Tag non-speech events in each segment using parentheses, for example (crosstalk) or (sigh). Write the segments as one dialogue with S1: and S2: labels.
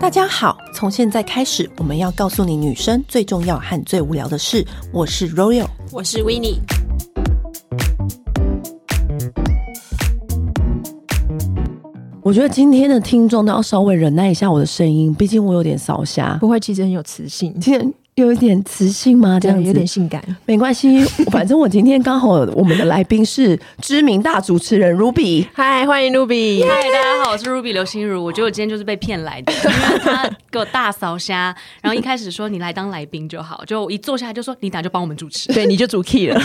S1: 大家好，从现在开始，我们要告诉你女生最重要和最无聊的事。我是 Royal，
S2: 我是 w i n n i e
S3: 我觉得今天的听众都要稍微忍耐一下我的声音，毕竟我有点扫瞎，
S2: 不会，其实很有磁性，
S3: 今天有一点磁性吗？这
S2: 对
S3: 样子
S2: 有点性感。
S3: 没
S1: (laughs)
S3: 关系，反正我今天刚好我们的来宾是知名大主持
S1: (laughs)
S3: 人 Ruby。
S2: 嗨，欢迎 Ruby。
S4: 嗨，大家好，我是 Ruby 刘心如。我觉得我今天就是被骗
S2: (laughs)
S4: 来的，因为他给我大扫虾，然后一开始说你来当来宾就好，就我一坐下来就说你等下就帮我们主持。
S2: 对，你就主 key 了，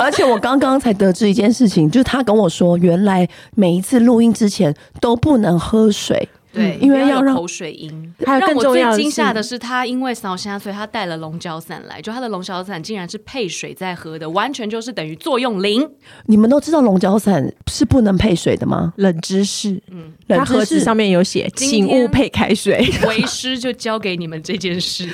S3: 而且我刚刚才得知一件事情，就是他跟我说，原来每一次录音之前都不能喝水，
S4: 对，
S3: 因为
S4: 不
S3: 要
S4: 有
S3: 让
S4: 口水音。
S2: 还有
S4: 让
S2: 更
S4: 我
S2: 重
S4: 最
S2: 要的
S4: 惊吓
S2: 是
S4: 的是，他因为烧虾，所以他带了龙角散来。就他的龙角散竟然是配水在喝的，完全就是等于作用零。
S2: (laughs)
S3: 你们都知道龙角散是不能配水的吗？
S2: (laughs) 冷知识。嗯它
S3: 冷知
S2: 盒子
S3: 识
S2: 上，面有写，
S4: 今
S2: 请
S4: 天
S2: 勿配开水。
S4: 为师就交给你们这件事。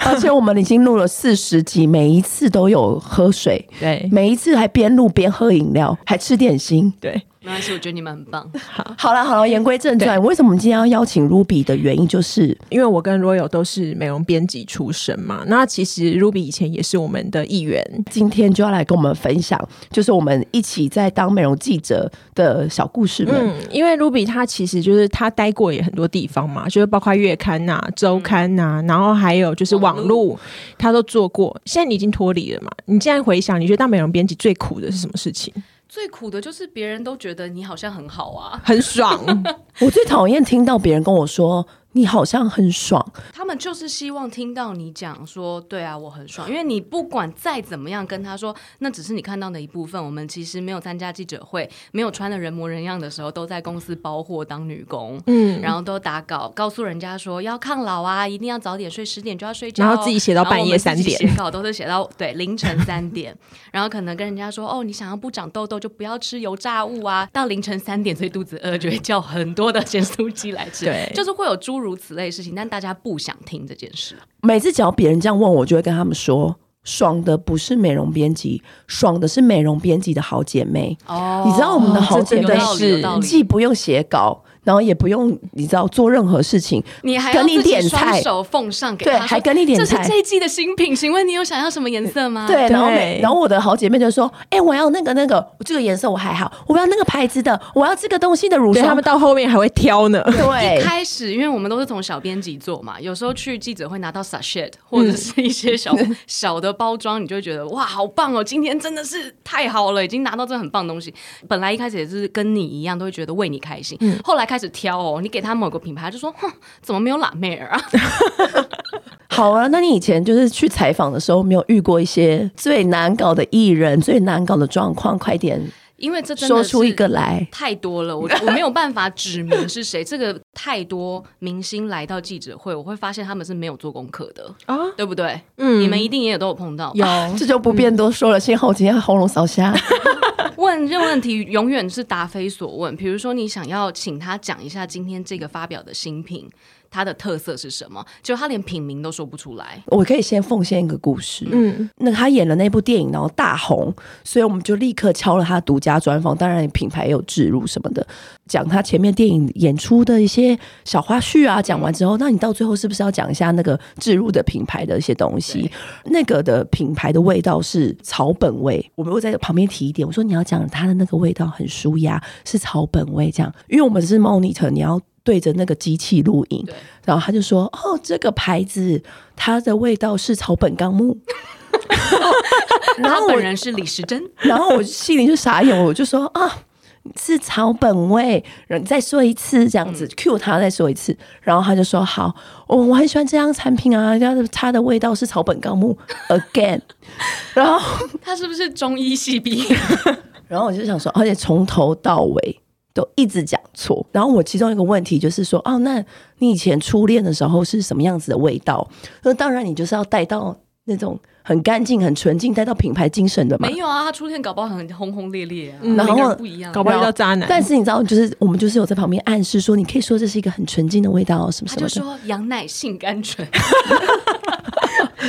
S3: 而且我们已经录了四十集，每一次都有喝水，
S2: (laughs) 对
S3: 每一次还边录边喝饮料，还吃点心。
S2: 对，
S4: 没关系，我觉得你们很棒。
S3: 好了好了，言归正传，为什么我们今天要邀请 Ruby 的原因就是
S2: 因为我跟 Royal 都是美容编辑出身嘛，那其实 Ruby 以前也是我们的一员，
S3: 今天就要来跟我们分享，就是我们一起在当美容记者的小故事们。
S2: 嗯，因为 Ruby 她其实就是她待过也很多地方嘛，就是包括月刊呐、周刊呐、然后还有就是嗯网络，她都做过。现在你已经脱离了嘛？你现在回想，你觉得当美容编辑最苦的是什么事情？
S4: 最苦的就是别人都觉得你好像很好啊，
S2: 很爽，
S3: 我最讨厌听到别人跟我说你好像很爽，
S4: 他们就是希望听到你讲说，对啊，我很爽，因为你不管再怎么样跟他说，那只是你看到的一部分。我们其实没有参加记者会，没有穿的人模人样的时候，都在公司包货当女工，嗯，然后都打稿，告诉人家说要抗老啊，一定要早点睡，十点就要睡觉哦、
S2: 然后自己写到半夜三点
S4: 然后我们自己写稿都是写到对凌晨三点，然后可能跟人家说哦，你想要不长痘痘就不要吃油炸物啊，到凌晨三点所以肚子饿就会叫很多的咸酥鸡来吃，
S2: 对
S4: 就是会有诸如此类的事情，但大家不想听这件事。
S3: 每次只要别人这样问我，就会跟他们说。爽的不是美容编辑，爽的是美容编辑的好姐妹。
S4: 哦
S3: 你知道我们的好姐
S4: 真
S3: 妹
S4: 的有道理，
S3: 既不用写稿，然后也不用你知道做任何事情，
S4: 你还要
S3: 跟你
S4: 自己
S3: 点
S4: 双
S3: 菜，
S4: 手奉上给
S3: 对
S4: 他，
S3: 还
S4: 说
S3: 跟你点
S4: 这是啊
S3: 菜
S4: 这一季的新品，请问你有想要什么颜色吗？
S3: 对，然后每
S2: 对
S3: 然后我的好姐妹就说：“哎、我要那个那个，这个颜色我还好，我要那个牌子的，我要这个东西的乳
S2: 对
S3: 霜。”
S2: 他们到后面还会挑呢。
S3: 对，
S4: 开始，因为我们都是从小编辑做嘛，有时候去记者会拿到 sachet 或者是一些小、 (laughs) 小的包装，你就会觉得哇，好棒哦！今天真的是太好了，已经拿到这很棒的东西。本来一开始也是跟你一样，都会觉得为你开心，后来开始挑哦，你给他某个品牌，他就说哼，怎么没有辣妹儿啊？
S3: 好啊。那你以前就是去采访的时候，有没有遇过一些最难搞的艺人、最难搞的状况？快点
S4: 因为这真的
S3: 说出
S4: 是
S3: 一个来。
S4: 太多了，我我没有办法指明是谁。这个太多明星来到记者会，我会发现他们是没有做功课的
S2: 啊
S4: 啊，对不对？
S2: 嗯
S4: 你们一定也都有碰到吧。
S3: 这就不便多说了。幸好我今天喉咙烧瞎，
S4: 问这问题永远是答非所问。比如说，你想要请他讲一下今天这个发表的新品，它的特色是什么？结果他连品名都说不出来。
S3: (laughs) 我可以先奉献一个故事。
S2: (laughs) 嗯，
S3: 那他演了那部电影，然后大红，所以我们就立刻敲了他独家专访，当然品牌也有置入什么的，讲他前面电影演出的一些小花絮啊。讲完之后，那你到最后是不是要讲一下那个置入的品牌的一些东西？那个的品牌的味道是草本味，我们又在旁边提一点，我说你要讲它的那个味道很舒压，是草本味这样，因为我们是 monitor，你要。对着那个机器录影
S4: 对，
S3: 然后他就说：“哦，这个牌子它的味道是草本纲目。”然后
S4: 他
S3: 我
S4: 本，人是李时珍，
S3: (laughs) 然后我心里就傻眼，我就说啊，是草本味，然后你再说一次这样子、cue 他再说一次，然后他就说好，我、我很喜欢这样产品啊，它的它的味道是草本纲目 again，然 (laughs) 后
S4: 他是不是中医系毕业？
S3: 然后我就想说，而且从头到尾。都一直讲错，然后我其中一个问题就是说，哦，那你以前初恋的时候是什么样子的味道？那当然，你就是要带到那种很干净、很纯净，带到品牌精神的嘛。
S4: (laughs) 没有啊，他初恋搞不好很轰轰烈烈啊，
S2: 嗯
S4: 每个人
S3: 然后
S4: 不一样啊，
S2: 搞不好遇到渣男。
S3: 但是你知道，就是我们就是有在旁边暗示说，哦你可以说这是一个很纯净的味道，什么
S4: 他
S3: 什
S4: 就
S3: 么的。
S4: 说羊奶性甘醇。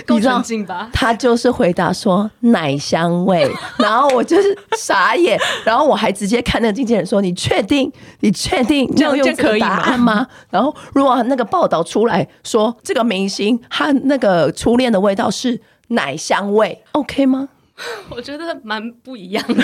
S4: 够
S3: 你知道
S4: 纯净吧？ (laughs)
S3: 他就是回答说奶香味， (laughs) 然后我就是傻眼，然后我还直接看那个经纪人说：“你确定？你确定你
S2: 这样
S3: 要用
S2: 这样可
S3: 个
S2: 以
S3: 答
S2: 吗
S3: 案吗？”然后如果那个报道出来说这个明星他那个初恋的味道是奶香味，OK 吗？
S4: 我觉得蛮不一样的。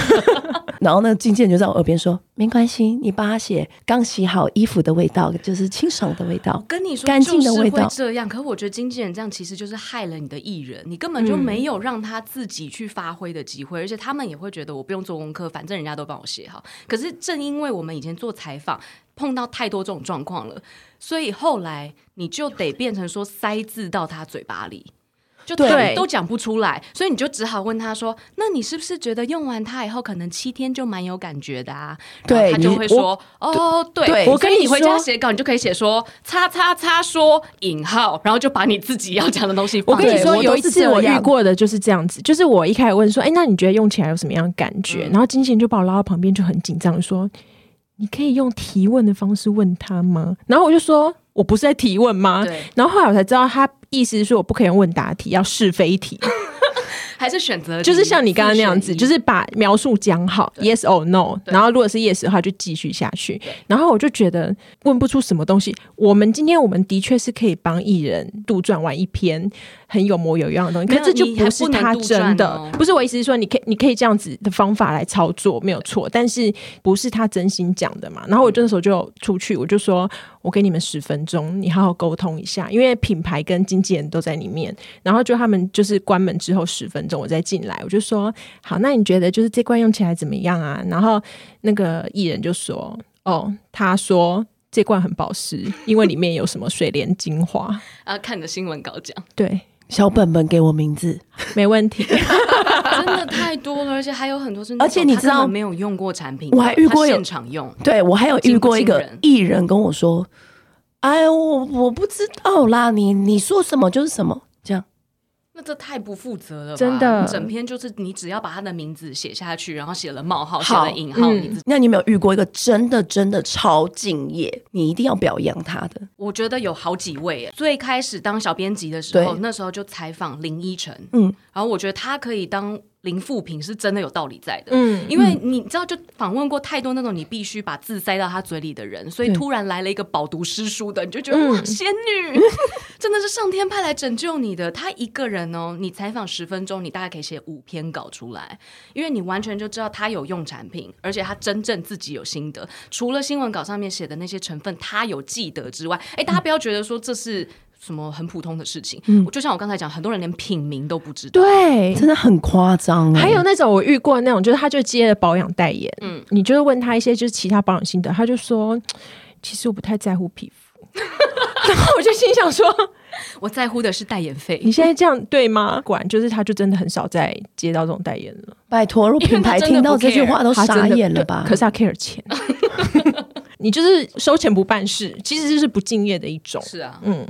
S3: 然后那个经纪人就在我耳边说：“没关系，你帮他写刚洗好衣服的味道，就是清爽的味道
S4: 我。跟你说，
S3: 干净的味道
S4: 就是会这样。可我觉得经纪人这样其实就是害了你的艺人，你根本
S3: 嗯
S4: 就没有让他自己去发挥的机会，而且他们也会觉得我不用做功课，反正人家都帮我写好。可是正因为我们以前做采访碰到太多这种状况了，所以后来你就得变成说塞字到他嘴巴里。就他
S2: 对
S4: 都讲不出来，所以你就只好问他说：“那你是不是觉得用完它以后，可能七天就蛮有感觉的啊？”然后
S3: 对
S4: 他就
S3: 你
S4: 会
S3: 我
S4: 说：“哦，对，
S3: 对所
S4: 我跟
S3: 以
S4: 你回
S3: 说
S4: 家写稿，你就可以写说“叉叉叉说引号”，然后就把你自己要讲的东西
S2: 我
S4: 放进
S2: 跟
S4: 去。
S2: 你说，
S3: 对
S2: 有
S3: 我
S2: 一
S3: 都是
S2: 次
S3: 这
S2: 我遇
S3: 样
S2: 过的就是这样子，就是我一开始问说：“哎、那你觉得用起来有什么样的感觉？”然后经纪人就把我拉到旁边，就很紧张地说：“你可以用提问的方式问他吗？”然后我就说：“我不是在提问吗
S4: 对？”
S2: 然后后来我才知道，他意思是说我不可以用问答题，要是非题，
S4: 还是选择
S2: 就是像你刚刚那样子，就是是把描述讲好，yes or no，
S4: 对
S2: 然后如果是 yes 的话，就继续下去。然后我就觉得问不出什么东西。我们今天我们的确是可以帮艺人杜撰完一篇很有模有样的东西，
S4: 没有
S2: 可这就不是
S4: 你还
S2: 他
S4: 不能杜撰
S2: 真的，
S4: 哦
S2: 不是我意思是说，你可以你可以这样子的方法来操作没有错，但是不是他真心讲的嘛？然后我这时候就出去，我就说我给你们十分钟，你好好沟通一下，因为品牌跟经纪人都在里面。然后就他们就是关门之后十分钟，我再进来，我就说好，那你觉得就是这罐用起来怎么样啊？然后那个艺人就说哦，他说。这罐很保湿，因为里面有什么水莲精
S4: (laughs)
S2: 华。
S4: 啊，看你的新闻稿讲，
S2: 对，
S3: 小本本给我名字，
S2: 没问题。
S4: 真的太多了，而且还有很多是那种，
S3: 而且你知道
S4: 他根本没有用过产品的，
S3: 我还遇过
S4: 他
S3: 有
S4: 现场用，
S3: 对我还有遇过一
S4: 惊不
S3: 个
S4: 惊人
S3: 艺人跟我说：“哎，我我不知道啦，你你说什么就是什么。”这样
S4: 那这太不负责了吧，
S2: 真的
S4: 整篇就是你只要把他的名字写下去，然后写了冒号，写
S3: 好
S4: 了引号，
S2: 嗯
S4: 你自
S3: 那你有没有遇过一个真的真的超敬业，你一定要表扬他的？
S4: 我觉得有好几位耶。最开始当小编辑的时候，
S3: 对
S4: 那时候就采访林依晨，
S3: 嗯，
S4: 然后我觉得他可以当零负评是真的有道理在的，
S2: 嗯，
S4: 因为你知道，就访问过太多那种你必须把字塞到他嘴里的人，所以
S3: 对
S4: 突然来了一个饱读诗书的，你就觉得、
S2: 嗯
S4: 哇，仙女真的是上天派来拯救你的。他一个人哦，你采访十分钟，你大概可以写五篇稿出来，因为你完全就知道他有用产品，而且他真正自己有心得。除了新闻稿上面写的那些成分，他有记得之
S2: 嗯
S4: 外，哎，大家不要觉得说这是。什么很普通的事情？
S2: 嗯
S4: 我就像我刚才讲，很多人连品名都不知道。
S2: 对，
S3: 真的很夸张、欸。
S2: 还有那种我遇过那种，就是他就接了保养代言，嗯，你就是问他一些就是其他保养心得，他就说其实我不太在乎皮 (laughs) 肤，然后我就心想说 (laughs)
S4: 我在乎的是代言费。
S2: 你现在这样对吗？果然就是他就真的很少再接到这种代言了，
S3: 拜托，如果品牌听到这句话都
S2: 他真
S3: 傻
S2: 的
S3: 眼了吧？
S2: 可是他 care (laughs) 钱，你就是收钱不办事，其实就是不敬业的一种。
S4: 是啊，
S2: 嗯，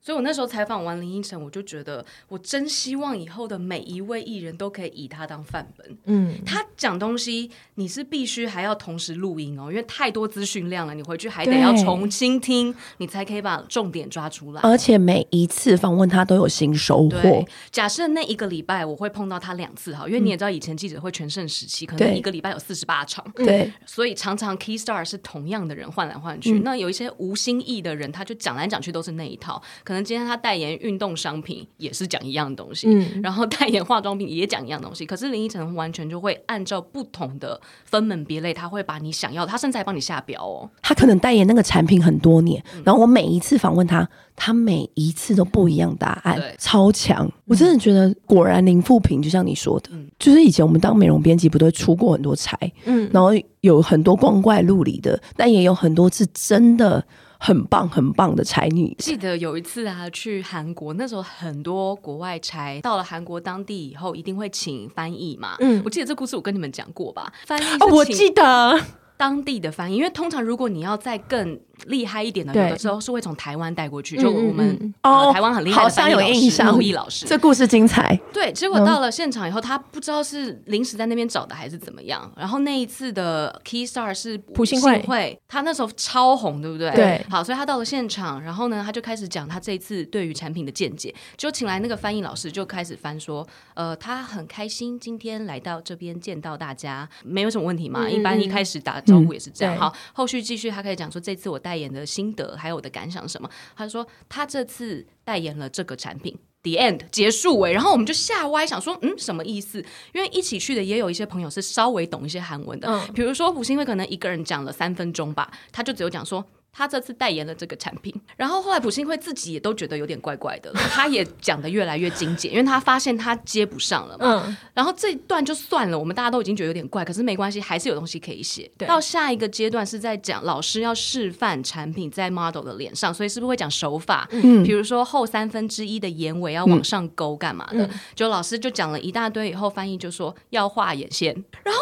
S4: 所以我那时候采访完林依晨，我就觉得，我真希望以后的每一位艺人都可以以他当范本。
S2: 嗯，
S4: 他讲东西，你是必须还要同时录音哦，因为太多资讯量了，你回去还得
S2: 对
S4: 要重新听，你才可以把重点抓出来。
S3: 而且每一次访问他都有新收获
S4: 对。，假设那一个礼拜我会碰到他两次哈，因为你也知道以前记者会全盛时期，可能
S3: 对
S4: 一个礼拜有四十八场，
S3: 对，
S4: 所以常常 key star 是同样的人换来换去。那有一些无心意的人，他就讲来讲去都是那一套。可能今天他代言运动商品也是讲一样东西，
S2: 嗯
S4: 然后代言化妆品也讲一样东西。可是林依晨完全就会按照不同的分门别类，他会把你想要的，他甚至还帮你下标哦。
S3: 他可能代言那个产品很多年，
S4: 嗯
S3: 然后我每一次访问他，他每一次都不一样答案
S4: 对，嗯
S3: 超强！我真的觉得，果然零负评，就像你说的，就是以前我们当美容编辑，不都会出过很多差，嗯，然后有很多光怪陆离的，但也有很多是真的很棒很棒的才女。
S4: (laughs) 记得有一次啊，去韩国那时候很多国外差到了韩国当地以后，一定会请翻译嘛。嗯，我记得这故事我跟你们讲过吧？翻译是
S2: 哦，我
S4: 请
S2: 记得，
S4: 当地的翻译，因为通常如果你要再更厉害一点的，
S2: 对
S4: 有的时候是会从台湾带过去，就
S2: 嗯嗯
S4: 我们、
S2: 嗯
S4: 呃
S3: 哦
S4: 台湾很厉害
S3: 好
S4: 的
S3: 像
S4: 翻译
S3: 有
S4: 老师
S3: 印象
S4: 陆毅老师，
S3: 这故事精彩，
S4: 对，结
S2: 嗯
S4: 果到了现场以后，他不知道是临时在那边找的还是怎么样。然后那一次的 Key Star 是
S2: 朴信惠
S4: 他那时候超红，对不对？
S2: 对
S4: 好，所以他到了现场，然后呢，他就开始讲他这一次对于产品的见解，就请来那个翻译老师就开始翻说，呃，他很开心今天来到这边见到大家，没有什么问题嘛。
S2: 嗯
S4: 一般一开始打招呼也是这样。
S2: 对
S4: 好，后续继续他开始讲说这次我代言的心得，还有我的感想什么。他说他这次代言了这个产品。The end 结束哎、然后我们就吓歪，想说嗯什么意思？因为一起去的也有一些朋友是稍微懂一些韩文的，
S2: 嗯
S4: 比如说朴信惠可能一个人讲了三分钟吧，他就只有讲说。他这次代言了这个产品，然后后来朴信惠自己也都觉得有点怪怪的了，他也讲的越来越精简，因为他发现他接不上了嘛。
S2: 嗯，
S4: 然后这一段就算了，我们大家都已经觉得有点怪，可是没关系，还是有东西可以写。
S2: 对
S4: 到下一个阶段是在讲老师要示范产品在 model 的脸上，所以是不是会讲手法？嗯，比如说后三分之一的眼尾要往
S2: 嗯
S4: 上勾，干嘛的？就老师就讲了一大堆以后，翻译就说要画眼线，
S2: 嗯
S4: 然后。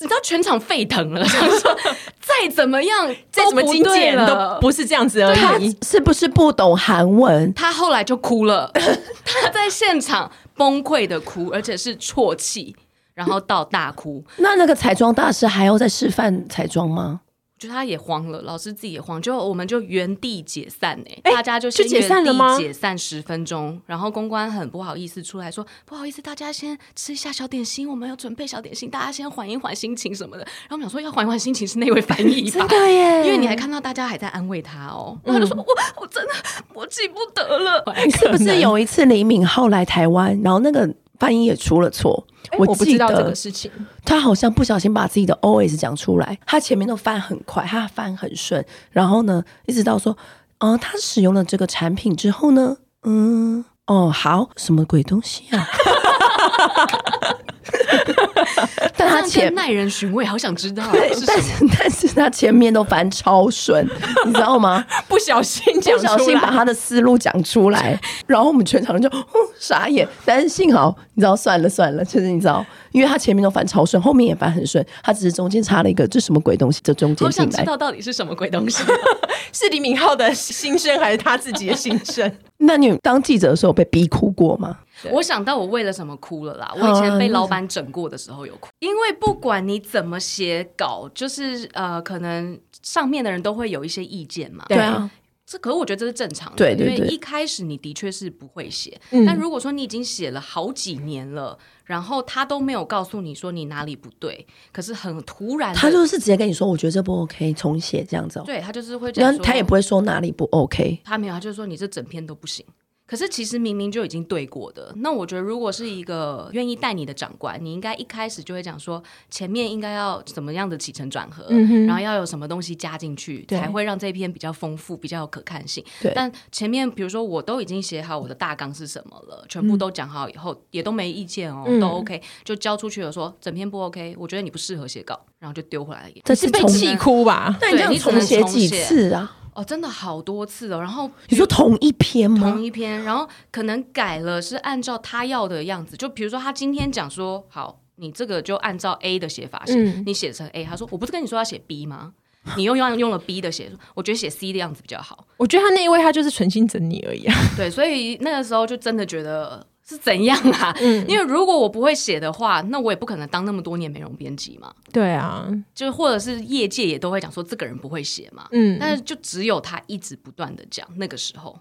S4: 你知道全场沸腾
S2: (laughs)
S4: 了，想说再怎么样，
S2: 再怎么精
S4: 都不对
S2: 简
S4: 了
S2: 都哦不是这样子而
S4: 嗯
S3: (laughs) 他
S2: 已。
S3: 啊是不是不懂韩文？
S4: 他后来就哭了， (laughs) 他在现场崩溃的哭，而且是啜泣，然后到大哭。
S3: 那那个彩妆大师还要再示范彩妆吗？
S4: 就他也慌了，老师自己也慌，就我们就原地解散哎、
S2: 哎
S4: 大家就先
S2: 就解散了吗
S4: 原地解散十分钟，然后公关很不好意思出来说，不好意思，大家先吃一下小点心，我们有准备小点心，大家先缓一缓心情什么的。然后我们想说要缓一缓心情是那位翻译吧，
S3: 耶
S4: 啊因为你还看到大家还在安慰他哦，
S2: 嗯
S4: 然后他就说、我我真的我记不得
S2: (laughs)
S4: 了，
S3: 你是不是有一次李敏镐来台湾，然后那个翻译也出了错？
S2: 哎我不
S3: 记
S2: 知
S3: 得
S2: 道这个事情，
S3: 他好像不小心把自己的 OS 讲出来，他前面都翻很快，他翻很顺，然后呢，一直到说，嗯、他使用了这个产品之后呢，嗯，哦，好，什么鬼东西啊？ (laughs) 但他
S4: 这样
S3: 前
S4: 更耐人寻味，好想知
S2: (laughs)
S4: 道
S3: 对
S4: 是，什
S3: 但
S4: 么。
S3: 是但是他前面都翻超顺，你知道吗？
S2: 不小心讲
S3: 不
S2: 出
S3: 小心把
S2: 来。
S3: 他的思路讲出来， (laughs) 然后我们全场人就 (laughs) 哼傻眼。但是幸好你知道，算了算了，就是你知道，因为他前面都翻超顺，后面也翻很顺，他只是中间插了一个这什么鬼东西，哦这中间
S4: 好想
S3: 进
S4: 知
S3: 来。
S4: 道到底是什么鬼东西，
S2: 是李敏镐的心声还是他自己的心声？
S3: 那你当记者的时候被逼哭过吗？
S4: 我想到我为了什么哭了啦。我以前被老板整过的时候
S3: 啊
S4: 有哭，因为不管你怎么写稿，就是呃，可能上面的人都会有一些意见嘛。
S2: 对
S3: 啊，
S4: 这可是我觉得这是正常的，
S3: 对对
S4: 因
S3: 对
S4: 为一开始你的确是不会写，
S2: 嗯
S4: 但如果说你已经写了好几年了，然后他都没有告诉你说你哪里不对，可是很突然的，
S3: 他就是直接跟你说，我觉得这不 OK，重写这样子、哦。
S4: 对他就是会
S3: 然
S4: 讲
S3: 后
S4: 说，
S3: 他也不会说哪里不 OK。
S4: 他没有，他就说你这整篇都不行。可是其实明明就已经对过的，那我觉得如果是一个愿意带你的长官，你应该一开始就会讲说前面应该要怎么样的起承转合，然后要有什么东西加进去，
S3: 对
S4: 才会让这篇比较丰富，比较有可看性。
S3: 对
S4: 但前面比如说我都已经写好我的大纲是什么了，全部都讲好以后、也都没意见哦，都 OK，就交出去了说整篇不 OK，我觉得你不适合写稿，然后就丢回来了。
S3: 这
S2: (laughs) 是被
S3: 重
S2: 气哭吧？
S3: 那你这
S4: 对
S3: 样
S4: 你只能
S3: 重写
S4: 重
S3: 几
S4: 写
S3: 次啊？
S4: 哦，真的好多次哦，然后
S3: 你说同一篇吗
S4: 同？一篇，然后可能改了是按照他要的样子，就比如说他今天讲说，好，你这个就按照 A 的写法写，
S2: 嗯
S4: 你写成 A，他说我不是跟你说要写 B 吗？你又用用了 B 的写，我觉得写 C 的样子比较好。
S2: 我觉得他那一位，他就是存心整你而已啊。
S4: 对，所以那个时候就真的觉得呃是怎样啊？因为如果我不会写的话，那我也不可能当那么多年美容编辑嘛。
S2: 对啊，
S4: 就或者是业界也都会讲说这个人不会写嘛，
S2: 嗯
S4: 但是就只有他一直不断的讲那个时候，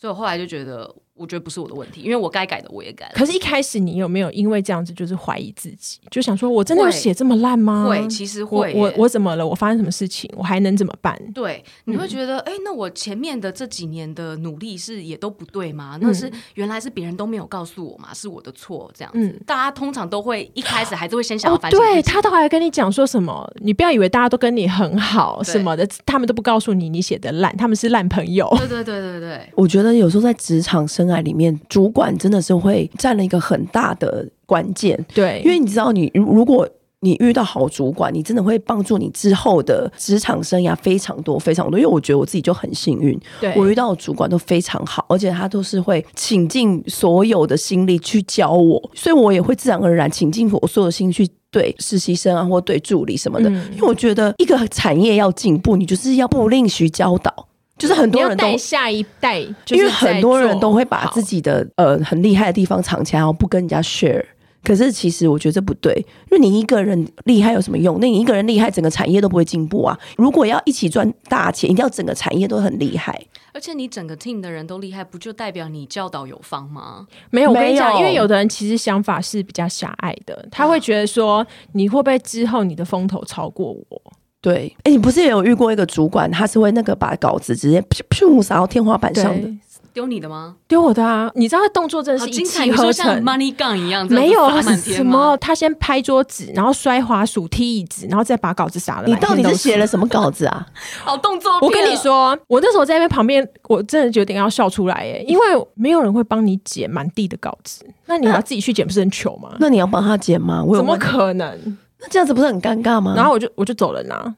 S4: 所以我后来就觉得，我觉得不是我的问题，因为我该改的我也改了。
S2: 可是，一开始你有没有因为这样子就是怀疑自己，就想说我真的有
S4: 会
S2: 写这么烂吗？
S4: 会，其实
S2: 嗯我
S4: 会耶、
S2: 我我怎么了？我发生什么事情？我还能怎么办？
S4: 对，你
S2: 嗯
S4: 会觉得，哎、那我前面的这几年的努力是也都不对吗？那是原来是别人都没有告诉我嘛，是我的错这样子。
S2: 嗯
S4: 大家通常都会一开始还是会先想要
S2: 哦
S4: 反，省自己、
S2: 对他都还跟你讲说什么？你不要以为大家都跟你很好
S4: 对
S2: 什么的，他们都不告诉你你写的烂，他们是烂朋友。
S4: 对对对对对
S3: 我觉得有时候在职场生涯里面，主管真的是会占了一个很大的关键。
S2: 对，
S3: 因为你知道你，如如果你遇到好主管，你真的会帮助你之后的职场生涯非常多非常多。因为我觉得我自己就很幸运，
S2: 对
S3: 我遇到的主管都非常好，而且他都是会倾尽所有的心力去教我，所以我也会自然而然倾尽我所有的心力去对实习生啊，或对助理什么的，
S2: 嗯
S3: 因为我觉得一个产业要进步，你就是要不吝于教导，就是很
S2: 你
S3: 多
S2: 要
S3: 人都
S2: 带下一代，就是
S3: 因为很多人都会把
S2: 在做
S3: 自己的呃很厉害的地方藏起来，然后不跟人家 share。可是其实我觉得这不对，因为你一个人厉害有什么用？那你一个人厉害，整个产业都不会进步啊！如果要一起赚大钱，一定要整个产业都很厉害。
S4: 而且你整个 team 的人都厉害，不就代表你教导有方吗？
S2: 没有，我跟你讲，
S3: 没有
S2: 因为有的人其实想法是比较狭隘的，他会觉得说，你会不会之后你的风头超过我？
S3: 对，哎，你不是也有遇过一个主管，他是会那个把稿子直接噗噗撒到天花板上的？
S2: 对，
S4: 丢你的吗？
S2: 丢我的啊！你知道他动作真的
S4: 好
S2: 是一
S4: 精彩，
S2: 气
S4: 你
S2: 呵
S4: 说像
S2: 成。
S4: money gun 一样，
S2: 没有
S4: 这样子撒满
S2: 什
S4: 天吗
S2: 么，他先拍桌子，然后摔滑鼠、踢椅子，然后再把稿子撒了。
S3: 你到底是写了？什么稿子啊？
S4: 好动作
S2: 我
S4: 片。
S2: 跟你说，我那时候在那边旁边，我真的决定要笑出来耶，因为没有人会帮你剪满地的稿子，那你要自己去剪，不是很糗吗？
S3: (laughs) 那你要帮他剪吗？我有
S2: 怎么
S3: 问，
S2: 可能？
S3: 那这样子不是很尴尬吗？
S2: 然后我就我就走人啊啦、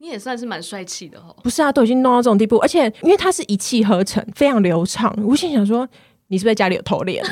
S4: 你也算是蛮帅气的哦。
S2: 不是啊，都已经弄到这种地步，而且因为它是一气呵成，非常流畅。我心想说，你是不是在家里有偷
S4: (laughs)
S2: 练？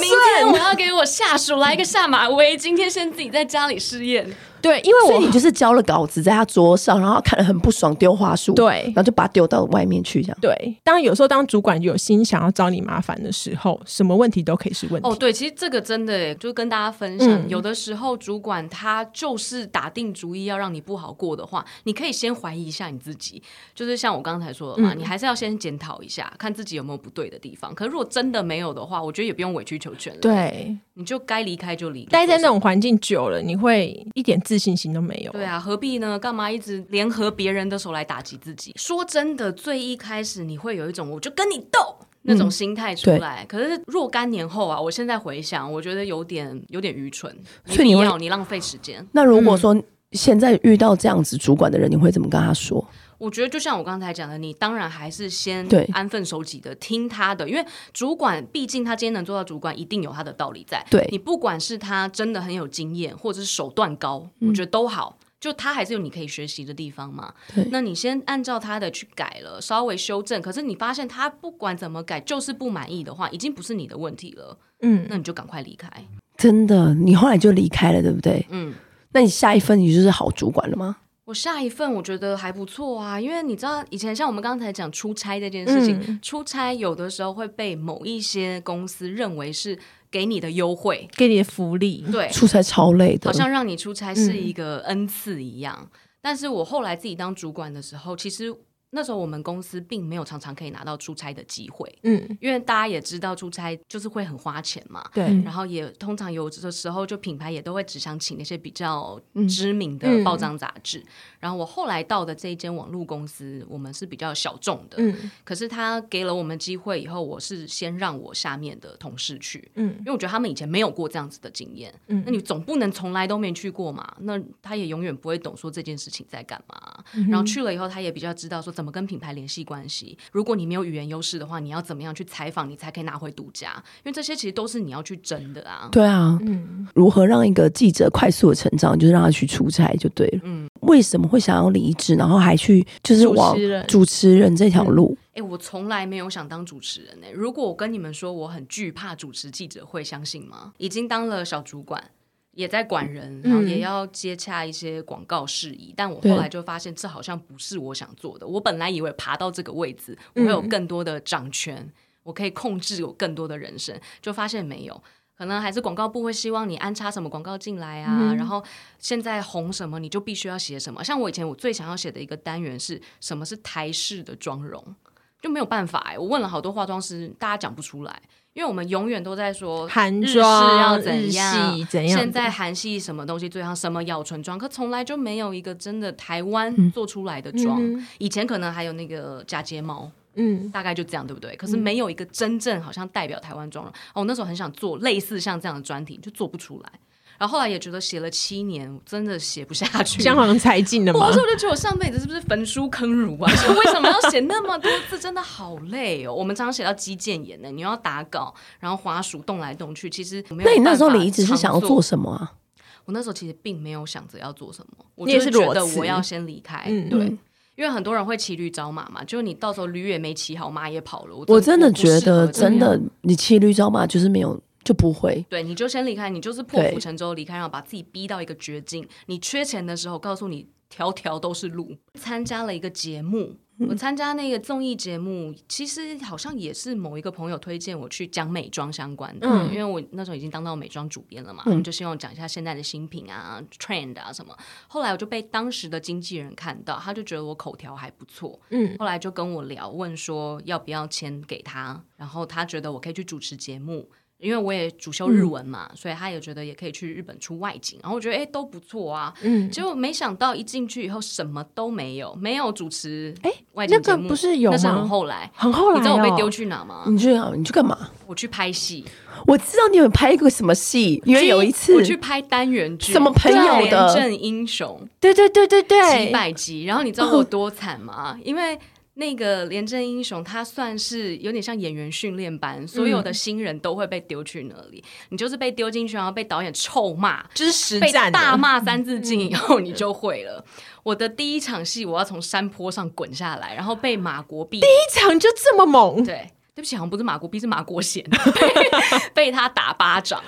S4: 明天我要给我下属来一个下马威，今天先自己在家里
S2: (laughs)
S4: 试验。
S2: 对，因为
S3: 所以
S2: 我
S3: 你就是交了稿子在他桌上，然后他看得很不爽，丢话术，
S2: 对
S3: 然后就把他丢到外面去，这样。
S2: 对，当然有时候当主管有心想要找你麻烦的时候，什么问题都可以是问题。
S4: 哦，对，其实这个真的耶就跟大家分享，
S2: 嗯
S4: 有的时候主管他就是打定主意要让你不好过的话，你可以先怀疑一下你自己，就是像我刚才说
S2: 嗯
S4: 的嘛，你还是要先检讨一下，看自己有没有不对的地方。可是如果真的没有的话，我觉得也不用委曲求全了，
S2: 对，
S4: 你就该离开就离开，
S2: 待在那种环境久了，你会一点自信心都没有。
S4: 对啊，何必呢？干嘛一直联合别人的手来打击自己？说真的，最一开始你会有一种我就跟你斗。那种心态出来，可是若干年后啊，我现在回想，我觉得有点有点愚蠢，没
S3: 所以你
S4: 必
S3: 会
S4: 要你浪费时间。
S3: 那如果说现在遇到这样子主管的人，你会怎么跟他说？
S4: 我觉得就像我刚才讲的，你当然还是先
S3: 对
S4: 安分守己的听他的，因为主管毕竟他今天能做到主管，一定有他的道理在。
S3: 对
S4: 你不管是他真的很有经验，或者是手段高，
S3: 嗯
S4: 我觉得都好。就他还是有你可以学习的地方嘛
S3: 对，
S4: 那你先按照他的去改了，稍微修正。可是你发现他不管怎么改，就是不满意的话，已经不是你的问题了，
S2: 嗯，
S4: 那你就赶快离开。
S3: 真的，你后来就离开了，对不对？
S4: 嗯，
S3: 那你下一份你就是好主管了吗？
S4: 我下一份我觉得还不错啊，因为你知道以前像我们刚才讲出差这件事情，
S2: 嗯
S4: 出差有的时候会被某一些公司认为是给你的优惠，
S2: 给你的福利。
S4: 对，
S3: 出差超累的，嗯
S4: 哎好像让你出差是一个恩赐一样。但是我后来自己当主管的时候，其实那时候我们公司并没有常常可以拿到出差的机会，
S2: 嗯，
S4: 因为大家也知道出差就是会很花钱嘛，
S2: 对，
S4: 然后也通常有的时候，就品牌也都会只想请那些比较知名
S2: 嗯
S4: 的报章杂志。然后我后来到的这一间网络公司，我们是比较小众的，
S2: 嗯
S4: 可是他给了我们机会以后，我是先让我下面的同事去，
S2: 嗯
S4: 因为我觉得他们以前没有过这样子的经验。
S2: 嗯
S4: 那你总不能从来都没去过嘛？那他也永远不会懂说这件事情在干嘛。
S2: 嗯
S4: 然后去了以后，他也比较知道说怎么跟品牌联系关系。如果你没有语言优势的话，你要怎么样去采访，你才可以拿回独家？因为这些其实都是你要去争的啊。
S3: 对啊，
S2: 嗯，
S3: 如何让一个记者快速的成长，就是让他去出差就对了。嗯，为什么会想要离职，然后还去就是往
S2: 主持人
S3: 主持人这条路？
S4: 哎，我从来没有想当主持人呢、欸如果我跟你们说我很惧怕主持记者会，相信吗？已经当了小主管，也在管人，然后也要接洽一些广告事宜，但我
S3: 对
S4: 后来就发现这好像不是我想做的。我本来以为爬到这个位置，我会有更多的掌权，我可以控制有更多的人生，就发现没有。可能还是广告部会希望你安插什么广告进来啊，然后现在红什么你就必须要写什么。像我以前我最想要写的一个单元是什么是台式的妆容，就没有办法、欸。我问了好多化妆师，大家讲不出来，因为我们永远都在说
S2: 韩
S4: 日嗯式要
S2: 妆、
S4: 怎
S2: 日
S4: 样，
S2: 系怎样的？(laughs)
S4: 现在韩系什么东西最夯，什么咬唇妆，可从来就没有一个真的台湾做出来的妆。
S2: 嗯
S4: 以前可能还有那个假睫毛，
S2: 嗯，
S4: 大概就这样，对不对？可是没有一个真正好像代表台湾妆容。哦，我那时候很想做类似像这样的专题，就做不出来。然后后来也觉得写了七年，我真的写不下去。
S2: 江郎才尽了
S4: 我
S2: 嘛
S4: 那。时候就觉得我上辈子是不是焚书坑儒啊？ (laughs) 就为什么要写那么多字？真的好累哦。我们常常写到肌腱炎呢，你又要打稿，然后滑鼠动来动去，其实没有
S3: 那你那时候
S4: 办法
S3: 离职是想要
S4: 常
S3: 做什么啊？
S4: 我那时候其实并没有想着要做什么，我
S2: 你也
S4: 就是
S2: 裸
S4: 觉得
S2: 辞
S4: 我要先离开，
S2: 嗯
S4: 对。因为很多人会骑驴找马嘛，就是你到时候驴也没骑好，马也跑了。我
S3: 我真的
S4: 不适
S3: 觉
S4: 合
S3: 得，
S4: 这样
S3: 真的，你骑驴找马就是没有就不会。
S4: 对，你就先离开，你就是破
S3: 对
S4: 釜沉舟离开，然后把自己逼到一个绝境。你缺钱的时候，告诉你条条都是路。参加了一个节目，我参加那个综艺节目，其实好像也是某一个朋友推荐我去讲美妆相关的，因为我那时候已经当到美妆主编了嘛，他们就希望讲一下现在的新品啊、trend 啊什么。后来我就被当时的经纪人看到，他就觉得我口条还不错，
S2: 嗯
S4: 后来就跟我聊，问说要不要签给他，然后他觉得我可以去主持节目。因为我也主修
S2: 嗯
S4: 日文嘛，所以他也觉得也可以去日本出外景，然后我觉得哎都不错啊，
S2: 嗯，
S4: 结果没想到一进去以后什么都没有，没有主持
S2: 哎
S4: 外景
S2: 那
S4: 节
S2: 个
S4: 目
S2: 不是有
S4: 那是很
S2: 吗？
S4: 后来，
S2: 很后来、哦，
S4: 你知道我被丢去哪吗？
S3: 你去啊你去干嘛？
S4: 我去拍戏，
S3: 我知道你有拍过什么戏，因为有一次
S4: 我去拍单元剧，
S3: 什么朋友的
S4: 廉政英雄
S2: 对对对对对，
S4: 几百集，然后你知道我多惨吗？因为。那个廉政英雄，他算是有点像演员训练班，所有
S2: 嗯
S4: 的新人都会被丢去那里。你就是被丢进去，然后被导演臭骂，
S2: 就是实
S4: 被
S2: 战的嗯
S4: 大骂三字经以后，你就会了。我的第一场戏，我要从山坡上滚下来，然后被马国碧
S2: 一场就这么猛，
S4: 对，对不起，好像不是马国碧，是马国贤
S2: (laughs)
S4: 被被他打巴掌，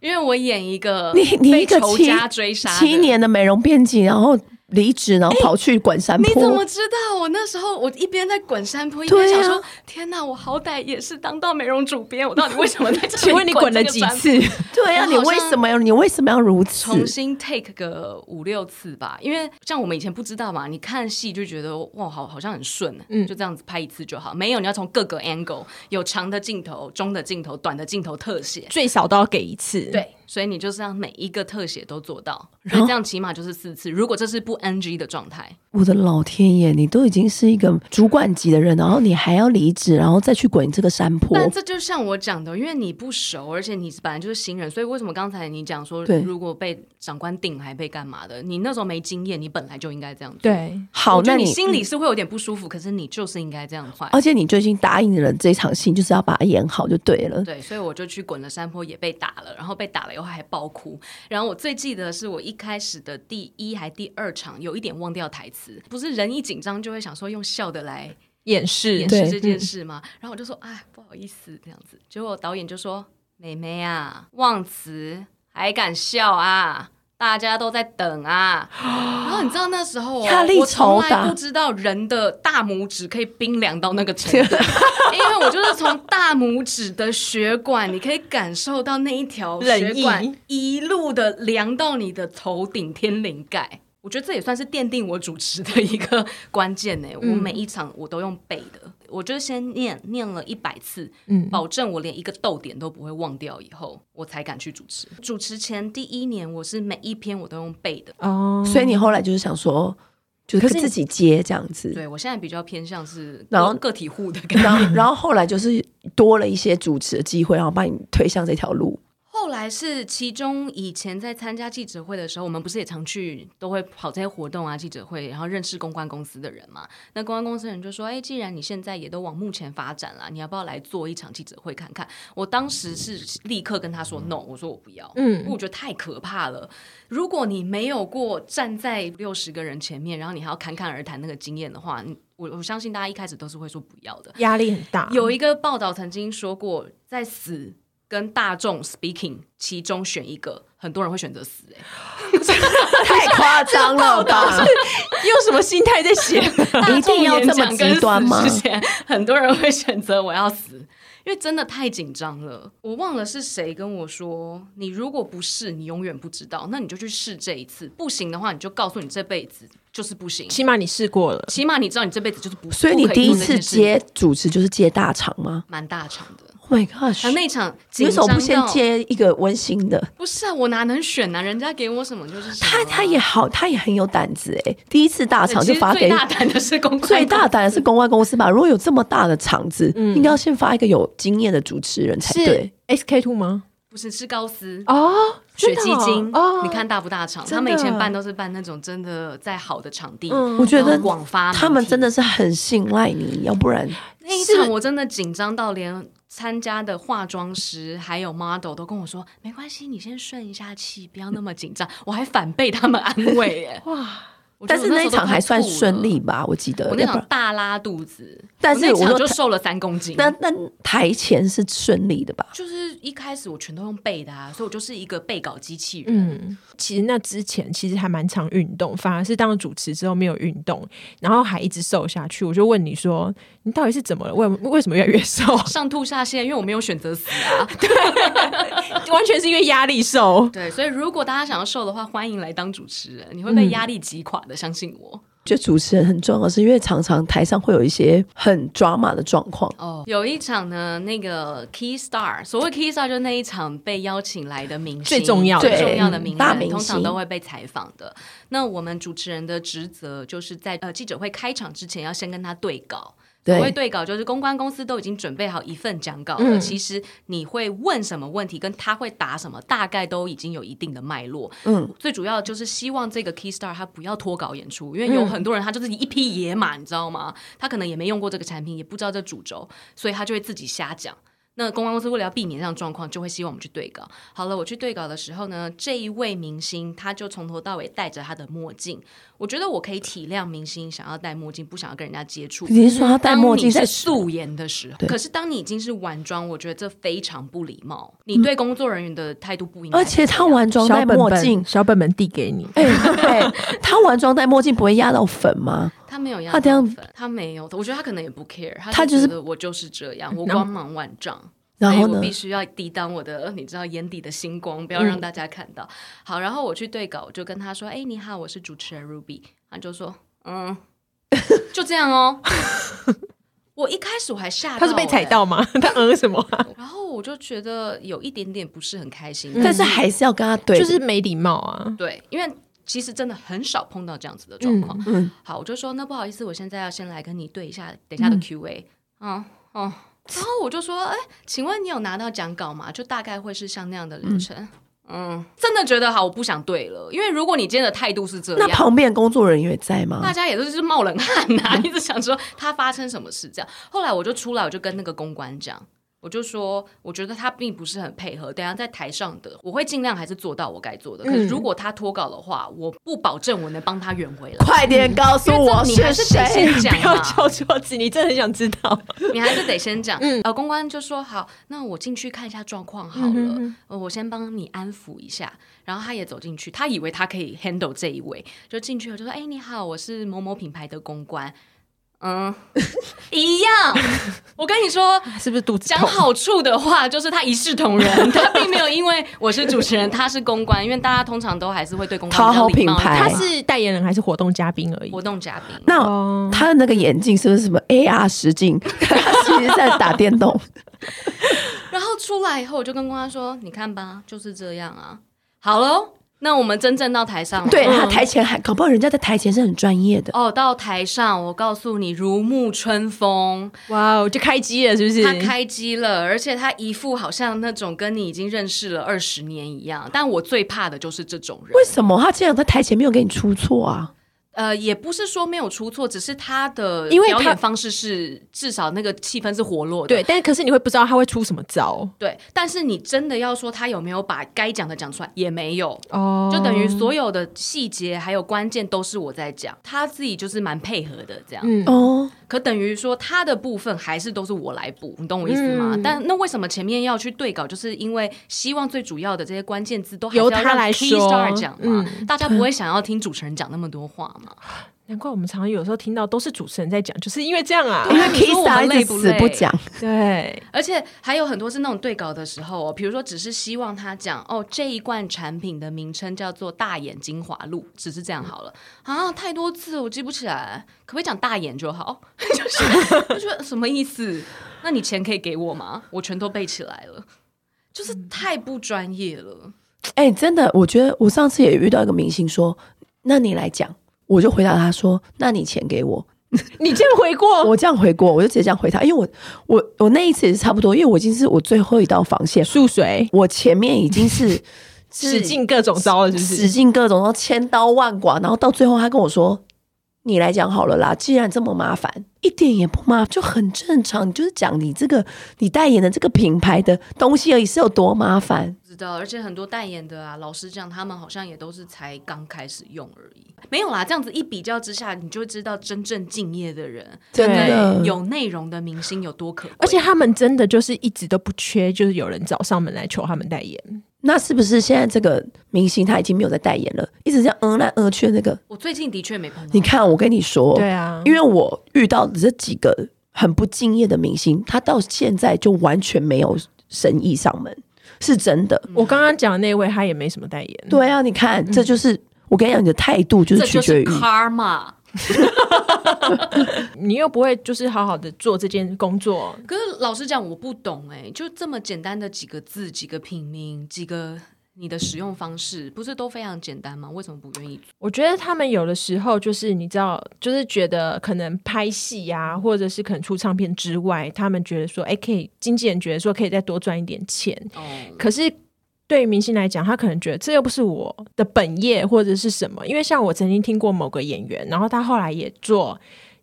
S4: 因为我演一个
S3: 你你
S4: 被
S3: 一个
S4: 仇
S3: 七
S4: 家追杀的
S3: 七年的美容编辑，然后离职，然后跑去管山
S4: 你
S3: 坡。
S4: 怎么知道？我那时候我一边在滚山坡，一边
S3: 对啊
S4: 想说：天哪，我好歹也是当到美容主编，我到底为什么在这里？
S2: 请问你滚了几？次？
S3: 对呀、
S4: 啊我好
S3: 哎你
S4: 像
S3: 为什么要你为什么要如此？
S4: 重新 take 个五六次吧，因为像我们以前不知道嘛，你看戏就觉得哇，好好像很顺，嗯，就这样子拍一次就好。没有，你要从各个 angle，有长的镜头、中的镜头、短的镜头、特写，
S2: 最少都要给一次。，
S4: 对，所以你就是让每一个特写都做到，所以这样起码就是四次。如果这是不 NG 的状态，
S3: 我的老天爷，你都已经是一个主管级的人，然后你还要离职，然后再去滚这个山坡，
S4: 但这就像我讲的，因为你不熟，而且你本来就是新人，所以为什么刚才你讲说
S3: 对，
S4: 如果被长官定还被干嘛的？你那时候没经验，你本来就应该这样做。
S2: 对
S3: 好，
S4: 我觉
S3: 那
S4: 得你
S3: 你嗯哦
S4: 心里是会有点不舒服，可是你就是应该这样换。
S3: 而且你就已经答应了这场戏，就是要把它演好就对了。
S4: 对，所以我就去滚了山坡，也被打了，然后被打了以后还爆哭。然后我最记得的是我一开始的第一还第二场，有一点忘掉台词，不是人一紧张就会想说用笑的来
S2: 演示
S4: 掩
S3: 对嗯
S4: 饰这件事吗？然后我就说，哎，不好意思，这样子。结果导演就说：“妹妹啊，忘词还敢笑啊？大家都在等啊。”然后你知道那时候哦
S3: 压力
S4: 我从
S3: 超大
S4: 来不知道人的大拇指可以冰凉到那个程度，因为我就是从大拇指的血管，你可以感受到那一
S3: (laughs)
S4: 条血
S2: 冷意
S4: 管一路的凉到你的头顶天灵盖。我觉得这也算是奠定我主持的一个关键呢、欸
S3: 嗯
S4: 我每一场我都用背的，我就先念念了一百次，
S2: 嗯
S4: 保证我连一个逗点都不会忘掉，以后我才敢去主持。主持前第一年，我是每一篇我都用背的。
S2: 哦，
S3: 所以你后来就是想说，就是
S2: 可是你
S3: 自己接这样子。
S4: 对我现在比较偏向是
S3: 然后
S4: 个个体户的感觉。
S3: 然 (laughs) 后，然后后来就是多了一些主持的机会，然后把你推向这条路。
S4: 后来是其中以前在参加记者会的时候，我们不是也常去都会跑这些活动啊、记者会，然后认识公关公司的人嘛。那公关公司的人就说：“哎，既然你现在也都往幕前发展了，你要不要来做一场记者会看看？”我当时是立刻跟他说 “no”，我说我不要，嗯，因为我觉得太可怕了。如果你没有过站在六十个人前面，然后你还要侃侃而谈那个经验的话，你我我相信大家一开始都是会说不要的。
S2: 压力很大。
S4: 有一个报道曾经说过，在死跟大众 speaking 其中选一个，很多人会选择死、欸。
S3: (laughs) 太夸张 (laughs) 了吧！
S2: 用什么心态在写？
S4: 哎，
S3: 一定要这么极端吗
S4: 之前很多人会选择我要死，因为真的太紧张了。我忘了是谁跟我说，你如果不试，你永远不知道。那你就去试这一次，不行的话，你就告诉你这辈子就是不行。
S2: 起码你试过了，
S4: 起码你知道你这辈子就是不。
S3: 所以你
S4: 不可
S3: 第一
S4: 做这
S3: 次
S4: 件事
S3: 接主持就是接大场吗
S4: 蛮大场的，
S3: ？Oh my
S4: 然后
S3: god！
S4: 那场紧
S3: 为什
S4: 张
S3: 么
S4: 到
S3: 不先接一个温馨的？
S4: 不是啊，我哪能选啊？人家给我什么就是什么啊、
S3: 他他也好，他也很有胆子哎、第一次大
S4: 对
S3: 场
S4: 其
S3: 就
S4: 实
S3: 发
S4: 最
S3: 给
S4: 大胆的是公关
S3: 最大
S4: 公司
S3: 胆嗯的是公关公司吧？如果有这么大的场子，应该要先发一个有经验的主持人才对。
S2: SK two 吗？
S4: 不是是高斯。
S2: 哦，真
S4: 雪
S2: 的
S4: 肌精，
S2: 哦，
S4: 你看大不大场？
S2: 真的
S4: 他们以前办都是办那种真的在好的场地，
S2: 嗯
S3: 我觉得
S4: 然后广发媒体
S3: 他们真的是很信赖你，要不然
S4: 那一场我真的紧张到连参加的化妆师还有 model 都跟我说，没关系，你先顺一下气，不要那么紧张。我还反被他们安慰耶，
S2: 哇，
S4: 我觉
S3: 但
S4: 得
S3: 是
S4: 我
S3: 那
S4: 时
S3: 一
S4: 候都
S3: 场还
S4: 快
S3: 算
S4: 吐了
S3: 顺利吧？我记得，
S4: 我那
S3: 要不
S4: 场
S3: 然
S4: 大拉肚子，
S3: 但是我
S4: 我那场
S3: 说
S4: 就
S3: 他
S4: 瘦了三公斤。
S3: 那那台前是顺利的吧？
S4: 就是一开始我全都用背的啊，所以我就是一个背稿机器人。
S2: 嗯，其实那之前其实还蛮常运动，反而是当了主持之后没有运动，然后还一直瘦下去。我就问你说，你到底是怎么了？为为什么越来越 (laughs) 瘦？
S4: 上吐下泻，因为我没有选择死啊。
S2: 完全是因为压力瘦。
S4: 对，所以如果大家想要瘦的话，欢迎来当主持人，你会被压力击垮的，相信我。
S3: 觉得主持人很重要，是因为常常台上会有一些很 drama 的状况。
S4: 哦，有一场呢，那个 Key Star，所谓 Key Star 就是那一场被邀请来的明星，
S2: 最重要的
S4: 最重要的
S3: 对
S4: 名人，
S3: 大明
S4: 通常
S3: 星
S4: 都会被采访的。那我们主持人的职责就是在呃记者会开场之前，要先跟他对稿。
S3: 对
S4: 所谓对稿，就是公关公司都已经准备好一份讲稿了。
S2: 嗯
S4: 其实你会问什么问题，跟他会答什么，大概都已经有一定的脉络。
S3: 嗯，
S4: 最主要就是希望这个 Key Star 他不要脱稿演出，因为
S3: 嗯
S4: 有很多人他就是一匹野马，你知道吗？他可能也没用过这个产品，也不知道这主轴，所以他就会自己瞎讲。那公关公司为了要避免这样的状况，就会希望我们去对稿。好了，我去对稿的时候呢，这一位明星他就从头到尾戴着他的墨镜。我觉得我可以体谅明星想要戴墨镜，不想要跟人家接触。
S3: 你是说他戴墨镜
S4: 当
S3: 在
S4: 你是素颜的时候，
S3: 对
S4: 可是当你已经是晚装，我觉得这非常不礼貌。你对工作人员的态度不应
S3: 嗯
S4: 该
S3: 而
S4: 是这
S3: 且
S4: 样。
S3: 他完妆戴
S2: 小本
S3: 墨
S2: 本，
S4: (laughs)
S3: 镜，
S2: 小本本递给你。
S3: 哎、对，他完妆戴墨镜不会压到粉吗？
S4: 他没有要
S3: 他这样
S4: 涨粉，他没有，我觉得他可能也不 care，他
S3: 他
S4: 就
S3: 就是
S4: 觉得我就是这样，我光芒万丈。
S3: 然后
S4: 所以哎我
S3: 呢嗯
S4: 必？须要抵挡我的，呃你知道眼底的星光，不要让大家看到。好，然后我去对稿，我就跟他说：“哎、你好，我是主持人 Ruby。”他就说：“嗯，就这样哦。” (laughs) 我一开始我还欸吓到、
S2: 他是被踩到吗？他嗯什么啊、
S4: 欸，然后我就觉得有一点点不是很开心，
S3: 但是还是要跟他对，
S2: 就是没礼貌啊。
S4: 对，因为其实真的很少碰到这样子的状况。好，我就说那不好意思，我现在要先来跟你对一下，等一下的 Q&A。嗯哦，然后我就说，哎，请问你有拿到讲稿吗？就大概会是像那样的流程。嗯真的觉得好，我不想对了，因为如果你今天的态度是这
S3: 那
S4: 样，
S3: 旁边工作人员也在吗
S4: 大？家也都是冒冷汗
S2: (laughs)
S4: 呐、一直想说他发生什么事这样。后来我就出来，我就跟那个公关讲，我就说，我觉得他并不是很配合。等一下在台上的，我会尽量还是做到我该做的。可
S2: 嗯
S4: 是如果他脱稿的话，我不保证我能帮他圆回来。
S3: 快点告诉
S4: 因为
S3: 我
S4: 这你还是得
S3: 谁！
S4: 先讲
S2: 啊
S4: 啊
S2: 不要
S4: 嘛，
S2: 敲桌子，你真的很想知道。
S3: (laughs)
S4: 你还是得先讲。
S3: 嗯
S4: 呃，公关就说好，那我进去看一下状况好了，呃我先帮你安抚一下。然后他也走进去，他以为他可以 handle 这一位，就进去了，就说：“哎，你好，我是某某品牌的公关。”
S3: (laughs)
S4: 嗯，一样。我跟你说，
S2: 是不是肚子
S4: 讲
S2: 痛？
S4: 好处的话，就是他一视
S3: (laughs)
S4: 同仁，他并没有因为我是主持人，他是公关，因为大家通常都还是会对公关
S3: 讨
S4: 比较
S3: 好
S4: 礼貌
S3: 品牌
S4: 一
S2: 他
S4: 点
S2: 是代言人还是活动嘉宾而已
S4: 活？动嘉宾。
S3: 那
S2: 哦
S3: 他的那个眼镜是不是什么 AR 实镜？ (laughs) 他其实在打电动。
S4: (laughs) 然后出来以后，我就跟公安说：“你看吧，就是这样啊。好喽，那我们真正到台上了。
S3: (laughs) 对他台前还搞不好人家在台前是很专业的。
S4: 哦，到台上，我告诉你，如沐春风，
S2: 哇哦，就开机了，是不是？
S4: 他开机了，而且他一副好像那种跟你已经认识了二十年一样。但我最怕的就是这种人
S3: 为。什么他竟然在台前没有给你出错啊？
S4: 呃，也不是说没有出错，只是他的
S2: 因为他
S4: 表演方式是至少那个气氛是活络的。
S2: 对，但是可是你会不知道他会出什么招
S4: 对，但是你真的要说他有没有把该讲的讲出来，也没有。
S2: 哦
S4: 就等于所有的细节还有关键都是我在讲，他自己就是蛮配合的这样。
S2: 嗯
S3: 哦，
S4: 可等于说他的部分还是都是我来补，你懂我意思吗？
S2: 嗯
S4: 但那为什么前面要去对稿？就是因为希望最主要的这些关键字都还是
S2: 由
S4: 要
S2: 他
S4: 让
S2: 来
S4: key
S2: 说
S4: star 讲嘛，
S2: 嗯
S4: 大家不会想要听主持人讲那么多话嘛？
S2: 难怪我们常常有时候听到都是主持人在讲，就是因为这样啊。
S3: 因为
S4: 你说我
S3: Kisa
S4: 们累
S3: 一
S4: 不
S3: 直死
S4: 累
S3: 不讲，
S2: (laughs) 对，
S4: 而且还有很多是那种对稿的时候、哦，比如说只是希望他讲哦，这一罐产品的名称叫做大眼精华露，只是这样好了啊，太多字我记不起来，可不可以讲大眼就好？ (laughs) 就是就觉得什么意思？那你钱可以给我吗？我全都背起来了，就是太不专业了。
S3: 哎、真的，我觉得我上次也遇到一个明星说，那你来讲，我就回答他说，那你钱给我，
S2: 你竟然回过，
S3: 我这样回过，我就直接这样回他，因为我我我那一次也是差不多，因为我已经是我最后一道防线，
S2: 注水，
S3: 我前面已经是是
S2: 使劲各种招了，是不
S3: 使
S2: 是？
S3: 尽各种，然后千刀万剐，然后到最后他跟我说你来讲好了啦，既然这么麻烦，一点也不麻烦，就很正常。你就是讲你这个你代言的这个品牌的东西而已，是有多麻烦？
S4: 知道，而且很多代言的啊，老实讲，他们好像也都是才刚开始用而已。没有啦，这样子一比较之下，你就会知道真正敬业的人，
S3: 真的
S4: 对有内容的明星有多可贵。
S2: 而且他们真的就是一直都不缺，就是有人找上门来求他们代言。
S3: 那是不是现在这个明星他已经没有在代言了，一直这样嗯来嗯去的那个？
S4: 我最近的确没碰到，
S3: 你看，我跟你说，
S2: 啊
S3: 因为我遇到的这几个很不敬业的明星，他到现在就完全没有生意上门，是真的。
S2: 我刚刚讲的那位他也没什么代言，
S3: 对啊，你看，这就是、我跟你讲，你的态度就是
S4: 嗯这
S3: 取
S4: 就
S3: 决
S4: 是
S3: 于
S4: karma。
S2: 你又不会就是好好的做这件工作，
S4: 可是老实讲，我不懂哎、就这么简单的几个字、几个品名、几个你的使用方式，不是都非常简单吗？为什么不愿意做？
S2: 我觉得他们有的时候就是你知道，就是觉得可能拍戏呀、或者是可能出唱片之外，他们觉得说，哎，可以经纪人觉得说可以再多赚一点钱，
S4: 哦，
S2: 可是。对于明星来讲，他可能觉得这又不是我的本业或者是什么，因为像我曾经听过某个演员，然后他后来也做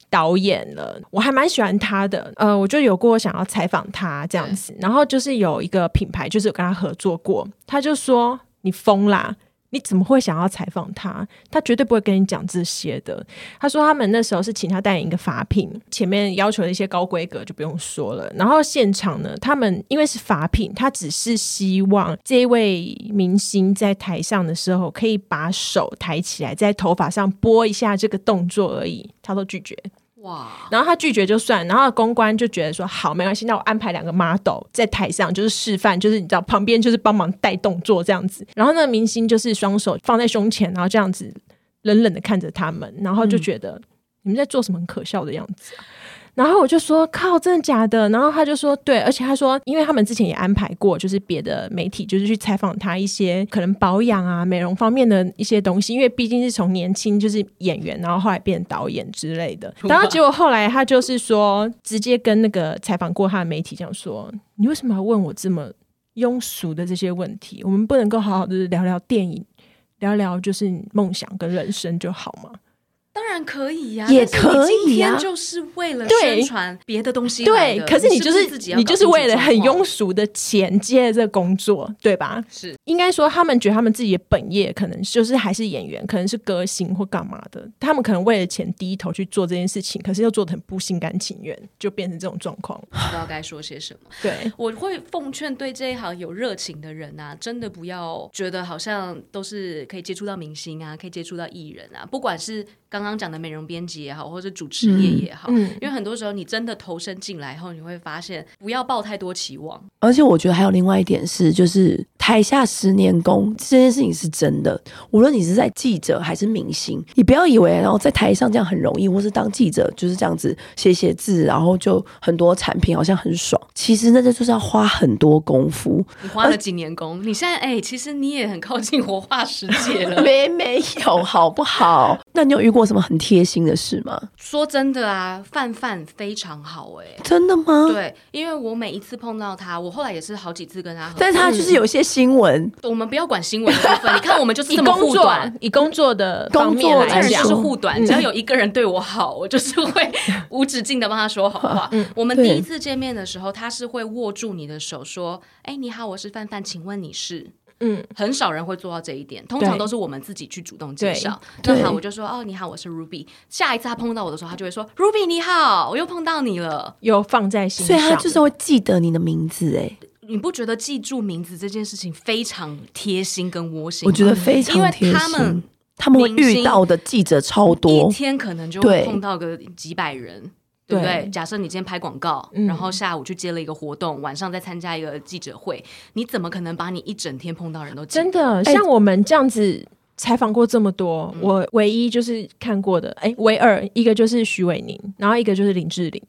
S2: 导演了，我还蛮喜欢他的，呃，我就有过想要采访他这样子，然后就是有一个品牌就是有跟他合作过，他就说你疯啦，你怎么会想要采访他？他绝对不会跟你讲这些的。他说他们那时候是请他代言一个法品，前面要求的一些高规格就不用说了。然后现场呢，他们因为是法品，他只是希望这一位明星在台上的时候可以把手抬起来，在头发上拨一下这个动作而已，他都拒绝。
S4: 哇，
S2: 然后他拒绝就算，然后公关就觉得说好没关系，那我安排两个 model 在台上就是示范，就是你知道旁边就是帮忙带动作这样子。然后那个明星就是双手放在胸前，然后这样子冷冷的看着他们，然后就觉得、你们在做什么很可笑的样子啊、然后我就说靠，真的假的？然后他就说对，而且他说，因为他们之前也安排过，就是别的媒体就是去采访他一些可能保养啊、美容方面的一些东西，因为毕竟是从年轻就是演员，然后后来变导演之类的。然后结果后来他就是说，直接跟那个采访过他的媒体讲说，你为什么要问我这么庸俗的这些问题？我们不能够好好的聊聊电影，聊聊就是梦想跟人生就好吗？
S4: 当然可以呀、
S3: 也
S4: 但是你
S3: 可以呀
S4: 今天就是为了
S2: 对
S4: 宣传别的东西来
S2: 对
S4: 的，
S2: 可是你
S4: 你
S2: 就是
S4: 不自己要
S2: 你
S4: 搞
S2: 就是
S4: 清楚
S2: 为了很
S4: 状
S2: 庸
S4: 况
S2: 俗的钱接了这个工作，对吧？
S4: 是
S2: 应该说，他们觉得他们自己的本业可能就是还是演员，可能是歌星或干嘛的，他们可能为了钱低头去做这件事情，可是又做的很不心甘情愿，就变成这种状况。
S4: 不知道该说些什么。 (laughs)
S2: 对，
S4: 我会奉劝对这一行有热情的人啊，真的不要觉得好像都是可以接触到明星啊，可以接触到艺人啊，不管是刚刚讲的美容编辑也好，或者主持业也好，
S2: 嗯，
S4: 哦因为很多时候你真的投身进来后，你会发现不要抱太多期望。
S3: 而且我觉得还有另外一点是，就是台下十年功这件事情是真的。无论你是在记者还是明星，你不要以为然后在台上这样很容易，或是当记者就是这样子写写字，然后就很多产品好像很爽。其实那就是要花很多功
S4: (laughs)
S3: 夫。
S2: 呃
S4: 你花了几年工，你现在哎、其实你也很靠近活化石界
S2: (laughs)
S4: 了。
S3: 没没有，好不好？那你有遇过什么很贴心的事吗？
S4: 说真的啊，范范非常好哎、
S3: 真的吗？。
S4: 对，因为我每一次碰到他，我后来也是好几次跟他合嗯
S3: 但是他就是有一些新闻，
S4: 作。我们不要管新闻的部分，你看我们就是
S2: 以
S4: 这么
S2: 工
S4: 护
S2: 作
S4: 短，
S2: 以工作的
S3: 工
S2: 方面
S3: 作
S2: 来
S4: 而
S3: 来
S4: 且
S2: 讲
S4: 就，是
S3: 说
S4: 护短，只要有一个人对我好，我就是会 (laughs) 无止境的帮他说好话。我们
S3: 嗯
S4: 第
S3: 对
S4: 一次见面的时候，他是会握住你的手说：“哎，你好，我是范范，请问你是？”
S2: 嗯，
S4: 很少人会做到这一点，通常
S2: 对
S4: 都是我们自己去主动介绍。
S3: 对
S4: 那好，
S3: 对
S4: 我就说哦，你好，我是 Ruby。下一次他碰到我的时候，他就会说：“Ruby，你好，我又碰到你了。”
S2: 又放在心
S3: 所
S2: 上，
S3: 以他就是会记得你的名字、哎，
S4: 你不觉得记住名字这件事情非常贴心跟窝心
S3: 我
S4: 吗？
S3: 觉得非常
S4: 因为
S3: 贴心。
S4: 他们
S3: 他们会
S4: 明
S3: 遇
S4: 星
S3: 到的记者超
S4: 一
S3: 多，
S4: 天可能就
S3: 对
S4: 会碰到个几百人。对不对？
S2: 对
S4: 假设你今天拍广告，
S2: 嗯
S4: 然后下午去接了一个活动，晚上再参加一个记者会，你怎么可能把你一整天碰到人都记
S2: 真？的
S3: 哎
S2: 像我们这样子采访过这么多，
S4: 嗯
S2: 我唯一就是看过的，哎、唯二一个就是徐伟宁，然后一个就是林志玲，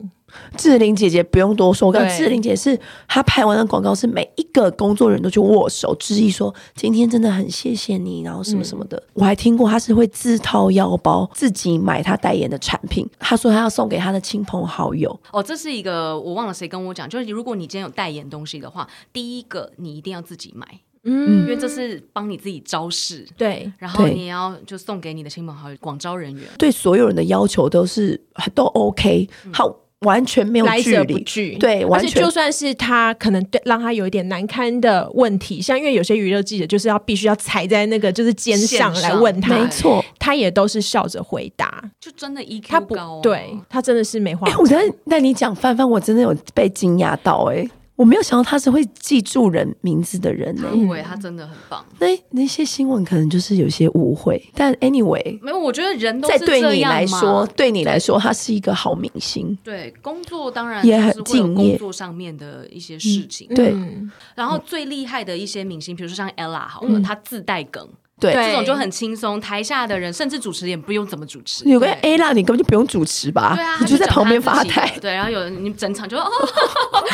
S3: 志玲姐姐不用多说，我跟
S2: 对
S3: 志玲姐是她拍完的广告，是每一个工作人员都去握手致意说，今天真的很谢谢你，然后什么什么的。
S4: 嗯
S3: 我还听过她是会自掏腰包自己买她代言的产品，她说她要送给她的亲朋好友。
S4: 哦，这是一个我忘了谁跟我讲，就是如果你今天有代言东西的话，第一个你一定要自己买，
S2: 嗯
S4: 因为这是帮你自己招式，
S2: 对，
S4: 然后
S3: 对
S4: 你也要就送给你的亲朋好友、广招人员。
S3: 对所有人的要求都是都 OK，好，
S4: 嗯
S3: 完全没有
S2: 来
S3: 距
S2: 者不
S3: 离。
S2: 拒，
S3: 对完
S2: 而且
S3: 全
S2: 就算是他可能对让他有一点难堪的问题，像因为有些娱乐记者就是要必须要踩在那个就是肩上
S4: 线
S2: 来
S4: 上
S2: 问他，
S4: 没
S3: 没错，
S2: 他也都是笑着回答，
S4: 就真的 EQ
S2: 他不
S4: 高、啊，
S2: 对他真的是没话
S3: 哎、
S2: 讲。
S3: 我在那你讲范范，我真的有被惊讶到哎、我没有想到他是会记住人名字的人呢、
S4: 他会，他真的很棒。
S3: 那那些新闻可能就是有些误会，但 anyway，
S4: 没有，我觉得人都
S3: 在
S4: 是
S3: 对
S4: 这
S3: 你
S4: 样
S3: 来
S4: 嘛
S3: 说，对你来说，他是一个好明星。
S4: 对工作当然
S3: 也
S4: 就
S3: 很
S4: 是会有
S3: 敬
S4: 工
S3: 业
S4: 作上面的一些事情。
S3: 对
S2: 嗯
S4: 然后最厉害的一些明星，比如说像 Ella 好了，她自带梗，
S3: 嗯对，
S2: 对
S4: 这种就很轻松，台下的人甚至主持人也不用怎么主持。
S3: 有个
S4: 对
S3: A 啦，你根本就不用主持吧，
S4: 对啊，
S3: 你
S4: 他就
S3: 在
S4: 讲
S3: 旁边
S4: 他
S3: 发
S4: 自己的
S3: 呆。
S4: 对，然后有你整场就哦， (laughs)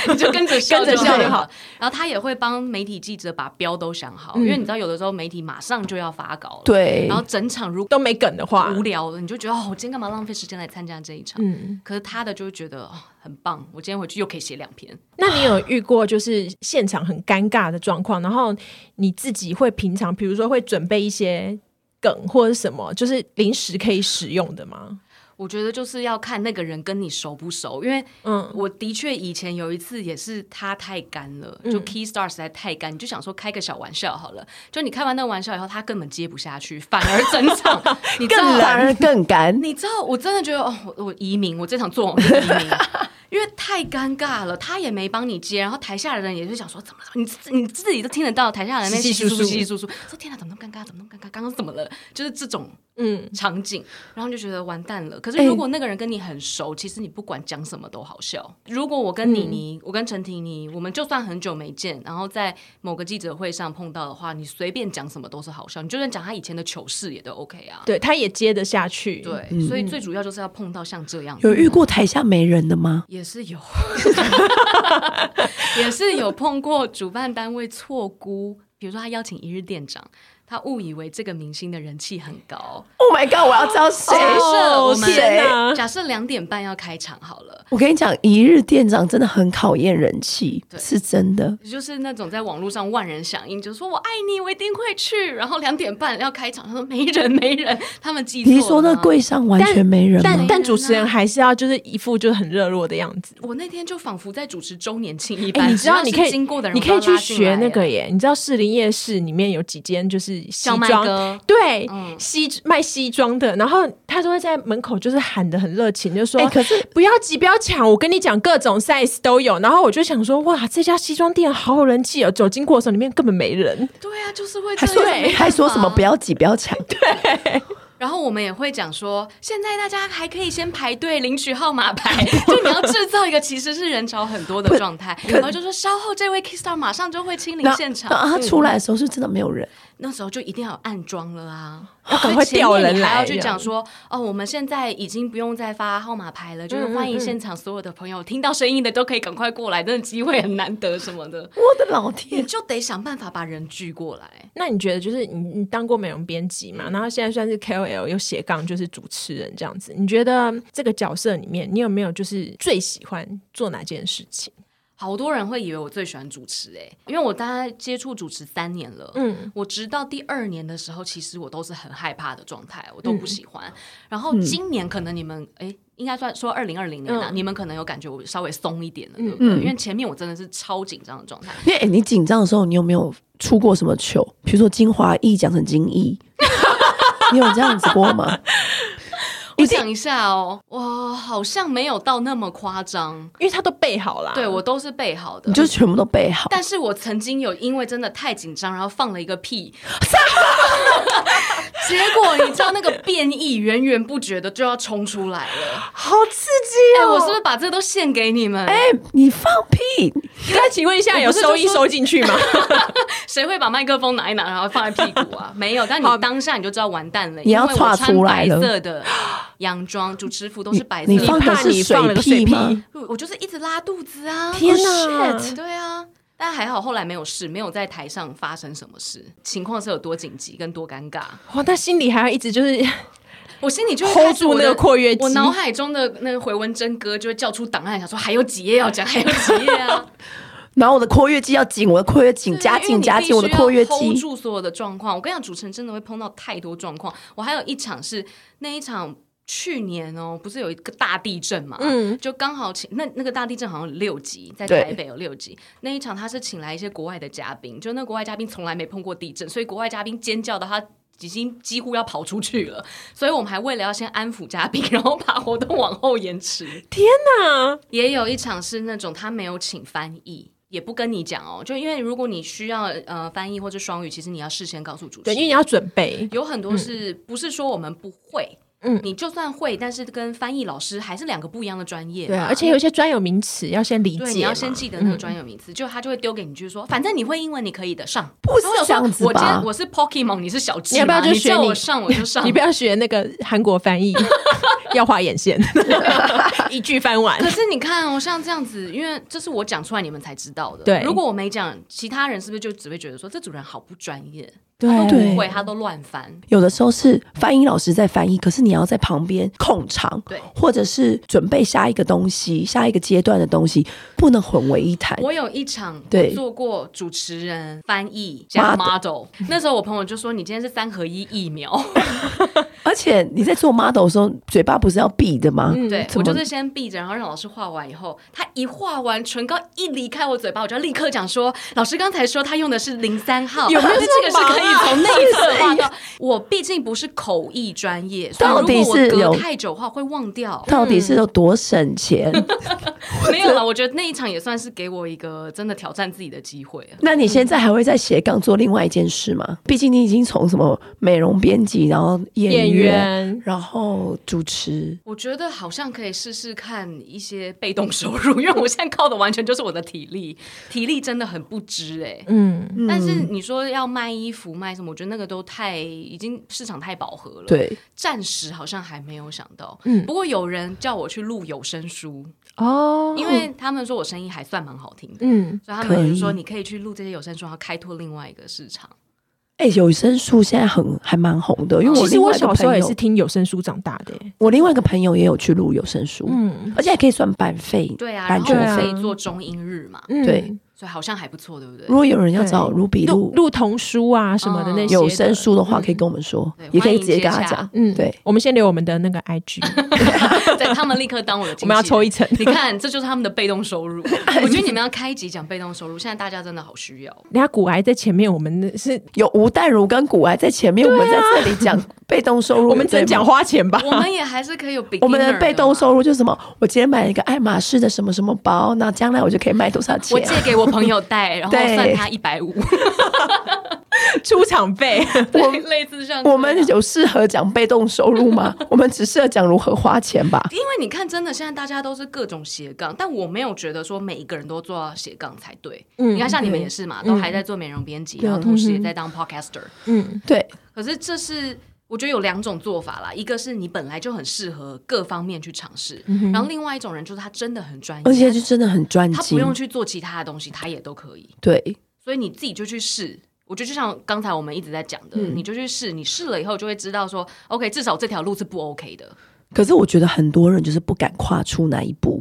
S4: 你就跟着笑
S2: 跟着
S3: 笑
S4: 就
S3: 就
S4: 好
S2: 好。
S4: 然后他也会帮媒体记者把标都想好，因为你知道有的时候媒体马上就要发稿了，。
S3: 嗯对
S4: 然，后整场如果
S2: 都没梗的话，
S4: 无聊了，你就觉得哦，我今天干嘛浪费时间来参加这一场？
S2: 嗯，
S4: 可是他的就会觉得哦，很棒，我今天回去又可以写两篇。
S2: 那你有遇过就是现场很尴尬的状况，然后你自己会平常比如说会准备一些梗或者什么，就是临时可以使用的吗？
S4: 我觉得就是要看那个人跟你熟不熟，因为
S2: 嗯，
S4: 我的确以前有一次也是他太干了，就 Key Star 实在太干，你就想说开个小玩笑好了。就你开完那个玩笑以后，他根本接不下去，反而整场你知道
S3: 更反而更
S4: (laughs)
S3: 干。
S4: 你知道，我真的觉得哦，我我移民，我这场做完我就移民，
S2: (laughs)
S4: 因为太尴尬了，他也没帮你接，然后台下的人也是想说怎么了，你自你自己都听得到台下人那
S2: 稀稀疏疏
S4: 稀稀疏疏，说天哪，怎么那么尴尬，怎么那么尴尬，刚刚怎么了？就是这种
S2: 嗯
S4: 场景，然后就觉得完蛋了。可是
S3: 哎
S4: 如果那个人跟你很熟，其实你不管讲什么都好笑。如果我跟
S2: 嗯
S4: 你你，我跟陈婷妮，我们就算很久没见，然后在某个记者会上碰到的话，你随便讲什么都是好笑，你就算讲他以前的糗事也都 OK 啊。
S2: 对，他也接得下去，
S4: 对，所
S2: 嗯
S4: 以最主要就是要碰到像这样的
S3: 有遇过台下没人的吗？
S4: 也是有， (laughs) 也是有碰过主办单位错估，比如说他邀请一日店长，他误以为这个明星的人气很高。
S3: Oh my god！我要知道谁。
S4: 假设我们
S3: 天
S2: 哪
S4: 假设两点半要开场好了。
S3: 我跟你讲，一日店长真的很考验人气，
S4: 对
S3: 是真的。
S4: 就是那种在网络上万人响应，就是说我爱你，我一定会去。然后两点半要开场，他说没人，没人，他们记错了
S3: 你
S4: 吗。
S3: 是说那柜上完全没人啊
S2: 但
S3: 吗？
S2: 但主持人还是要就是一副就是很热络的样子。
S4: 我那天就仿佛在主持周年庆一
S2: 哎、
S4: 般，
S2: 你知道你
S4: 只要
S2: 可
S4: 是
S2: 以
S4: 经过的人，
S2: 你
S4: 我
S2: 可以
S4: 都要
S2: 去
S4: 拉进
S2: 学
S4: 来
S2: 那个
S4: 了
S2: 耶。你知道士林夜市里面有几间就是西
S4: 小麦
S2: 装。
S4: 哥，
S2: 对，
S4: 嗯
S2: 西卖西装的，然后他都会在门口就是喊的很热情，就说、
S3: 哎可是
S2: 不要急，不要抢，我跟你讲各种 size 都有。然后我就想说，哇，这家西装店好有人气哦，走经过的时候里面根本没人，
S4: 对啊，就是会
S3: 还
S4: 这
S3: 说
S4: 样
S3: 还说什么不
S4: 要？
S3: 要挤，不要
S4: (laughs)
S3: 抢，
S4: 然后我们也会讲说，现在大家还可以先排队领取号码
S3: (laughs)
S4: 牌，
S3: 啊
S4: 就你要制造一个其实是人潮很多的状态，然后就说稍后这位 Kistar 马上就会亲临
S3: 然后
S4: 现
S3: 然
S4: 场，嗯
S3: 后他出来的时候是真的没有人，
S4: 那时候就一定要有暗装了
S3: (laughs)
S4: 啊。
S2: 要赶快调
S4: 前面
S2: 人
S4: 你
S2: 来。
S4: 还要去啊讲说哦，我们现在已经不用再发号码牌
S3: 嗯
S4: 了，就是欢迎现场所有的朋友，听到声音的都可以赶快过来，真的机会很难得什么的，
S3: 我的老
S4: 你
S3: 天！
S4: 就得想办法把人聚过来。
S2: 那你觉得就是你你当过美容编辑嘛，然后现在算是 KOL 又斜杠就是主持人这样子，你觉得这个角色里面你有没有就是最喜欢做哪件事情？
S4: 好多人会以为我最喜欢主持、欸，因为我大概接触主持三年了，
S2: 嗯，
S4: 我直到第二年的时候，其实我都是很害怕的状态，我都不喜欢。然后今年可能你们哎。诶应该算说二零二零年了、
S2: 嗯
S4: 你们可能有感觉我稍微松一点了，对不对？因为前面我真的是超紧张的状态，
S3: 因为、哎你紧张的时候，你有没有出过什么糗？比如说精华液讲成精
S4: (laughs)
S3: 液，你有这样子过吗？
S4: 我想一下哦，我好像没有到那么夸张，
S2: 因为他都备好了，
S4: 对我都是备好的。
S3: 你就全部都备好。
S4: 但是我曾经有因为真的太紧张，然后放了一个
S3: (laughs)
S4: 屁，结果你知道那个变异源源不绝的就要冲出来了。
S2: 好刺激
S4: 哎、
S2: 哦！
S4: 我是不是把这都献给你们？
S3: 哎、你放屁！
S2: 那请问一下，有
S4: 我不是
S2: 收音
S4: 就说
S2: 收进去
S4: (laughs)
S2: 吗？
S4: 谁会把麦克风拿一拿，然后放在屁股啊？没有，但你
S2: 好
S4: 当下你就知道完蛋了，
S3: 你要
S4: 因为我
S3: 岔
S4: 穿
S3: 出来
S4: 白
S3: 了
S4: 色的洋装，主持服都是白色
S3: 你
S4: 的
S3: 放的
S2: 怕
S3: 是
S2: 你放
S3: 水
S2: 了个水
S3: 屁
S2: 屁
S3: 吗？
S4: 我我就是一直拉肚子啊！
S2: 天哪
S4: Oh, shit！对啊，但还好后来没有事，没有在台上发生什么事，情况是有多紧急跟多尴尬，
S2: 哇，他心里还要一直就是
S4: 我心里就会
S2: hold 住那个
S4: 扩
S2: 括约肌
S4: 我脑海中的那个回文真歌就会叫出档案，想说还有几页要讲，还有几页啊！
S3: 然后我的括约肌要紧，我的括约紧加紧加紧，我的括约
S4: ，hold
S3: 肌。
S4: 住所有的状况。我跟你讲，主持人真的会碰到太多状况。我还有一场是那一场。去年哦，不是有一个大地震嘛？嗯，就刚好请那那个大地震好像有六级，在
S3: 对
S4: 台北有六级。那一场他是请来一些国外的嘉宾，就那国外嘉宾从来没碰过地震，所以国外嘉宾尖叫到他已经几乎要跑出去了。所以我们还为了要先安抚嘉宾，然后把活动往后延迟。
S2: 啊，
S4: 也有一场是那种他没有请翻译，也不跟你讲哦，就因为如果你需要呃翻译或者双语，其实你要事先告诉主持
S2: 对，因为
S4: 人。
S2: 你要准备，
S4: 有很多是、不是说我们不会，
S2: 嗯
S4: 你就算会，但是跟翻译老师还是两个不一样的专业嘛，
S2: 对啊，而且有一些专有名词要先理解嘛，嗯
S4: 对你要先记得那个专有名词，就他就会丢给你，就是说反正你会英文，你可以的上。
S3: 不是
S4: 然后我
S3: 这样
S4: 说
S3: 子
S4: 我今
S3: 吧
S4: 天？我是 Pokemon，你是小智
S2: 你要不要
S4: 吗
S2: 就
S4: 你
S2: 学
S4: 叫
S2: 你
S4: 我上我就
S2: (laughs)
S4: 上，
S2: 你不要学那个韩国翻译， (laughs) 要画眼
S4: (laughs)
S2: 线， (laughs) 一句翻完。
S4: 可是你看哦，像这样子，因为这是我讲出来，你们才知道的。
S2: 对
S4: 如果我没讲，其他人是不是就只会觉得说这主人好不专业，
S2: 哦对
S4: 不会，他都乱翻。
S3: 有的时候是翻译老师在翻译，可是你要在旁边控场，
S4: 对
S3: 或者是准备下一个东西、下一个阶段的东西，不能混为一谈。
S4: 我有一场
S3: 对
S4: 我做过主持人、翻译加 model，那时候我朋友就说你今天是三合一疫苗，
S3: 而且你在做 model 的时候，嘴巴不是要闭的吗？
S2: 嗯
S4: 对
S3: 怎么
S4: 我就是先闭着，然后让老师画完以后，他一画完唇膏一离开我嘴巴，我就要立刻讲说，老师刚才说他用的是零三号，
S2: 有没有
S4: 但是这个
S2: 这
S4: 是
S2: 么忙
S4: 可
S2: 啊
S4: 以从内侧
S2: (laughs)
S4: 画到。我毕竟不是口译专业，所以
S3: 到
S4: 如
S3: 底
S4: 果我
S3: 是有
S4: 隔太久的话会忘掉。
S3: 到底是有多省钱？
S2: 嗯
S4: 没有了，我觉得那一场也算是给我一个真的挑战自己的机会啊了。
S3: (laughs) 那你现在还会在斜杠做另外一件事吗？毕竟你已经从什么美容编辑，然后演
S2: 演
S3: 员，
S2: 员
S3: 然后主持，
S4: 我觉得好像可以试试看一些被动收入，因为我现在靠的完全就是我的体力，体力真的很不支哎、
S2: 嗯，
S4: 但是你说要卖衣服卖什么，我觉得那个都太已经市场太饱和了。，
S3: 对，
S4: 暂时好像还没有想到。
S2: 嗯
S4: 不过有人叫我去录有声书，
S2: 哦
S4: 因为他们说我声音还算蛮好听的，
S2: 嗯，
S4: 所以他们
S3: 可
S4: 就
S3: 以
S4: 说你可以去录这些有声书，然后开拓另外一个市场。
S3: 哎、有声书现在很还蛮红的，因为我
S2: 其实
S3: 另
S2: 我
S3: 外一个
S2: 小时候
S3: 朋
S2: 也
S3: 友
S2: 是，听有声书长大的耶，
S3: 我另外一个朋友也有去录有声书，
S2: 嗯
S3: 而且还可以算版费。
S4: 对啊，
S3: 版
S4: 然后
S2: 权
S4: 可
S2: 费
S4: 以做中英日嘛，
S2: 嗯
S3: 对
S4: 所以好像还不错，对
S3: (laughs)
S4: 不对
S3: 如？果有人要找 Ruby
S2: 录
S3: 录
S2: 录童书啊什么的那些的
S3: 有声，书的话，可以跟我们说，
S4: 对
S3: 也可以
S4: 欢迎
S3: 直接跟他
S4: 接洽
S3: 讲。
S2: 嗯，
S3: 对，
S2: 我们先留我们的那个 IG，
S4: 对，他们立刻当我的经纪
S2: 我
S4: 人
S2: 们要抽一层，(laughs)
S4: 你看， (laughs) 这就是他们的被动收入。我觉得你们要开一集讲被动收入，现在大家真的好需要。
S2: 人家古癌在前面，我们那是
S3: 有吴淡如跟古癌在前面，我们在这里讲被动收入，
S2: 我们只能
S3: 对吗
S2: 讲。花钱吧，
S4: 我们也还是可以有 beginner
S3: 我们的被动
S4: 嘛
S3: 收入就是什么？我今天买了一个爱马仕的什么什么包，那将来我就可以卖多少
S4: 我
S3: 钱？
S4: 借给我朋友带，然后
S3: 对
S4: 算他一百五，
S2: (laughs) 出场费，
S4: 我 (laughs) 类似像这样
S3: 我们有适合讲被动收入吗？ (laughs) 我们只适合讲如何花钱吧。
S4: 因为你看，真的现在大家都是各种斜杠，但我没有觉得说每一个人都做到斜杠才对。
S2: 嗯
S4: 你看像你们也是嘛，都还在做美容编辑，然后同时也在当 podcaster。
S2: 嗯，
S3: 对，
S4: 可是这是我觉得有两种做法啦，一个是你本来就很适合各方面去尝试，然后另外一种人就是他真的很专业，
S3: 而且就真的很专
S4: 他不
S3: 精。
S4: 用去做其他的东西，他也都可以。
S3: 对，
S4: 所以你自己就去试。我觉得就像刚才我们一直在讲的，你就去试，你试了以后就会知道说，OK，至少这条路是不 OK 的。
S3: 可是我觉得很多人就是不敢跨出那一步，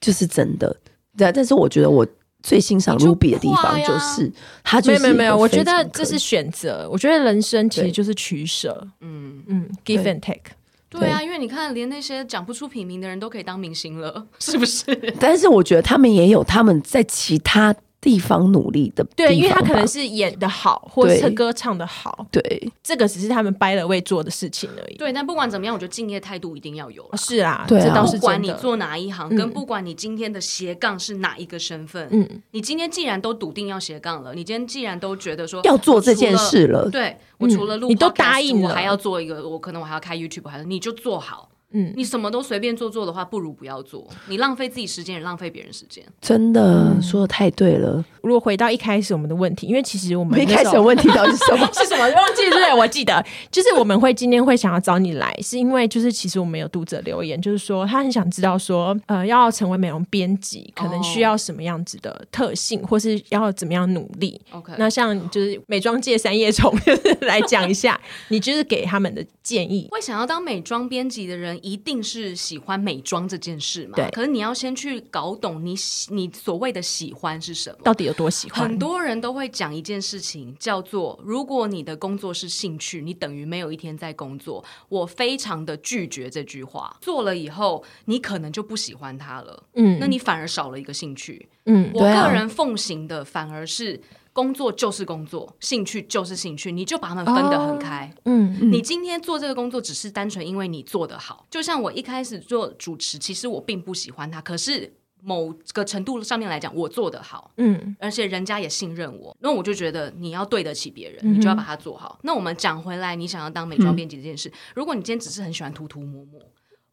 S3: 就是真的。对，啊但是我觉得我最欣赏
S4: 你就
S3: Ruby 的地
S4: 跨
S3: 方
S4: 呀
S3: 就是，他就
S2: 没有
S3: 是
S2: 没有没有，
S3: 一个
S2: 我
S3: 非
S2: 觉得
S3: 常
S2: 这
S3: 可
S2: 是选择，我觉得人生其实就是取舍，
S4: 嗯，
S2: 嗯，give
S3: 对
S2: and take，
S4: 对啊，因为你看，连那些讲不出品名的人都可以当明星了， (laughs) 是不是？
S3: 但是我觉得他们也有他们在其他地方努力的地方吧，
S2: 对，因为他可能是演的好，或者
S3: 对
S2: 是歌唱的好，
S3: 对
S2: 这个只是他们掰了位做的事情而已。
S4: 对，但不管怎么样，我觉得敬业态度一定要有
S2: 哦
S4: 啦。
S2: 是啊，
S3: 对啊
S2: 这倒是
S4: 不管
S2: 真
S4: 你
S2: 的。
S4: 做哪一行，跟不管你今天的斜杠是哪一个身份，
S2: 嗯
S4: 你今天既然都笃定要斜杠了，你今天既然都觉得说
S3: 要做这件事
S4: 我
S3: 了
S4: 除了，对我除了录
S2: 嗯
S4: podcast，、
S2: 你都答应了
S4: 我还要做一个，我可能我还要开 YouTube，还是你就做好。
S2: 嗯，
S4: 你什么都随便做做的话，不如不要做。你浪费自己时间，也浪费别人时间。
S3: 真的
S2: 嗯
S3: 说的太对了。
S2: 如果回到一开始我们的问题，因为其实我
S3: 我
S2: 们
S3: 们一
S2: 那
S3: 开
S2: 时
S3: 始的
S2: 候
S3: 问题到底是什么？ (laughs)
S2: 是什么忘记了对 (laughs) 不对？我记得就是我们会今天会想要找你来，是因为就是其实我们有读者留言，就是说他很想知道说，呃，要成为美容编辑，可能需要什么样子的特性，或是要怎么样努力。
S4: OK，
S2: 那像就是美妆界三叶虫，就是来讲一下，你就是给他们的建议。
S4: 会想要当美妆编辑的人，一定是喜欢美妆这件事嘛。
S3: 对
S4: 可是你要先去搞懂你喜你所谓的喜欢是什么。
S2: 到底有多喜欢
S4: 很？多人都会讲一件事情，叫做如果你的工作是兴趣，你等于没有一天在工作。我非常的拒绝这句话。做了以后，你可能就不喜欢它了，
S2: 嗯
S4: 那你反而少了一个兴趣。
S2: 嗯
S4: 我
S3: 对啊
S4: 个人奉行的反而是工作就是工作，兴趣就是兴趣，你就把它们分得很开。
S2: 嗯
S4: 你今天做这个工作，只是单纯因为你做得好。就像我一开始做主持，其实我并不喜欢它，可是某个程度上面来讲，我做得好，
S2: 嗯
S4: 而且人家也信任我，那我就觉得你要对得起别人，
S2: 嗯哼
S4: 你就要把它做好。那我们讲回来，你想要当美妆编辑这件
S2: 嗯
S4: 事，如果你今天只是很喜欢涂涂抹抹，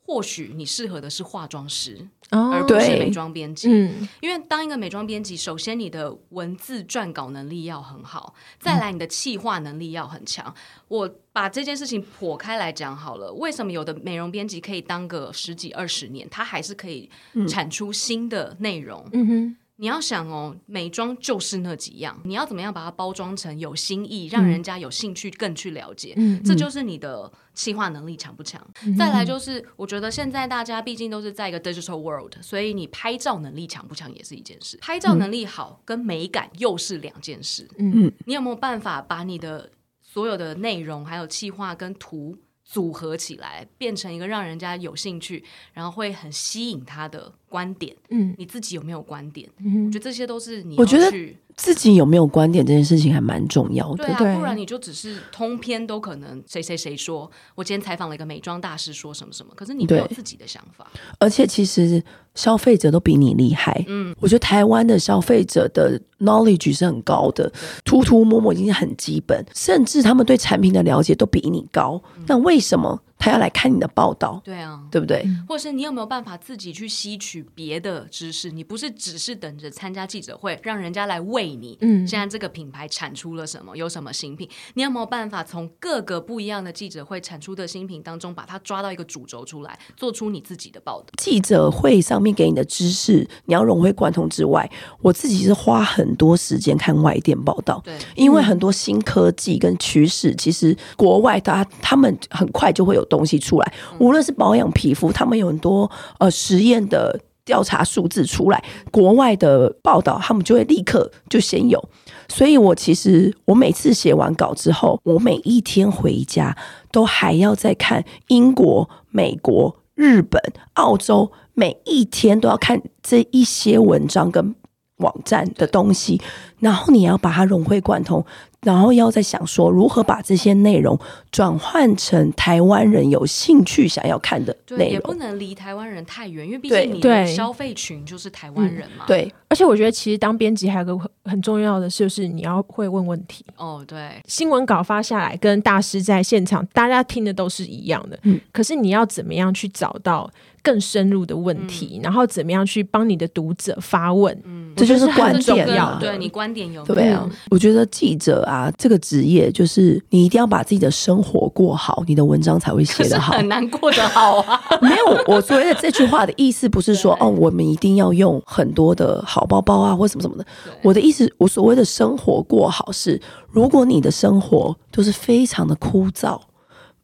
S4: 或许你适合的是化妆师，而
S2: 哦
S4: 不是
S3: 对
S4: 美妆编辑。
S2: 嗯
S4: 因为当一个美妆编辑，首先你的文字撰稿能力要很好，再来你的企划能力要很强。我把这件事情剖开来讲好了，为什么有的美容编辑可以当个十几二十年，他还是可以产出新的内容？
S2: 嗯哼
S4: 你要想哦，美妆就是那几样，你要怎么样把它包装成有新意，让人家有兴趣更去了解？
S2: 嗯
S4: 这就是你的企划能力强不强。再来就是，我觉得现在大家毕竟都是在一个 digital world，所以你拍照能力强不强也是一件事。拍照能力好跟美感又是两件事。
S2: 嗯
S4: 你有没有办法把你的所有的内容还有企划跟图？组合起来变成一个让人家有兴趣，然后会很吸引他的观点。
S2: 嗯
S4: 你自己有没有观点？我
S2: 嗯
S4: 觉得这些都是你
S3: 我觉得
S4: 要去
S3: 自己有没有观点这件事情还蛮重要
S4: 对
S3: 的。
S4: 啊，
S2: 对
S4: 不然你就只是通篇都可能谁谁谁说，我今天采访了一个美妆大师说什么什么，可是你没
S3: 对
S4: 有自己的想法。
S3: 而且其实消费者都比你厉害。嗯，我觉得台湾的消费者的 knowledge 是很高的，涂涂抹抹已经是很基本，甚至他们对产品的了解都比你高。那为什么他要来看你的报道？
S4: 对啊，
S3: 对不对？
S4: 或者是你有没有办法自己去吸取别的知识？你不是只是等着参加记者会，让人家来为你。
S2: 嗯
S4: 现在这个品牌产出了什么？有什么新品？你有没有办法从各个不一样的记者会产出的新品当中，把它抓到一个主轴出来，做出你自己的报道？
S3: 记者会上面给你的知识，你要融会贯通之外，我自己是花很多时间看外电报道。
S4: 对，
S3: 因为很多新科技跟趋势，其实国外它他们很快就会有东西出来，无论是保养皮肤，他们有很多呃实验的调查数字出来，国外的报道他们就会立刻就先有。所以我其实我每次写完稿之后，我每一天回家都还要再看英国、美国、日本、澳洲，每一天都要看这一些文章跟网站的东西，然后你要把它融会贯通，然后要再想说如何把这些内容转换成台湾人有兴趣想要看的
S4: 对，
S3: 内
S4: 也不
S3: 容。
S4: 能离台湾人太远，因为毕
S3: 对嗯
S4: 竟你的
S2: 对
S4: 消费群就是台湾人嘛。
S3: 对，
S2: 而且我觉得其实当编辑还有个很很重要的就是你要会问问题。
S4: 哦，对，
S2: 新闻稿发下来，跟大师在现场，大家听的都是一样的。
S3: 嗯
S2: 可是你要怎么样去找到更深入的问题，
S4: 嗯
S2: 然后怎么样去帮你的读者发问？嗯，
S3: 这就是 (laughs) 观
S4: 这就
S3: 点
S4: 跟
S3: 啊
S4: 对你观点有没有
S3: 对
S4: (laughs)
S3: 啊，我觉得记者啊这个职业，就是你一定要把自己的生活过好，你的文章才会写
S4: 可是
S3: 得
S4: (laughs)
S3: 好。
S4: 很难过得好
S3: (laughs)
S4: 啊。
S3: 没有，我所谓的这句话的意思不是说
S4: 对
S3: 哦，我们一定要用很多的好包包啊，或什么什么的
S4: 对。
S3: 我的意思，我所谓的生活过好是，如果你的生活都是非常的枯燥，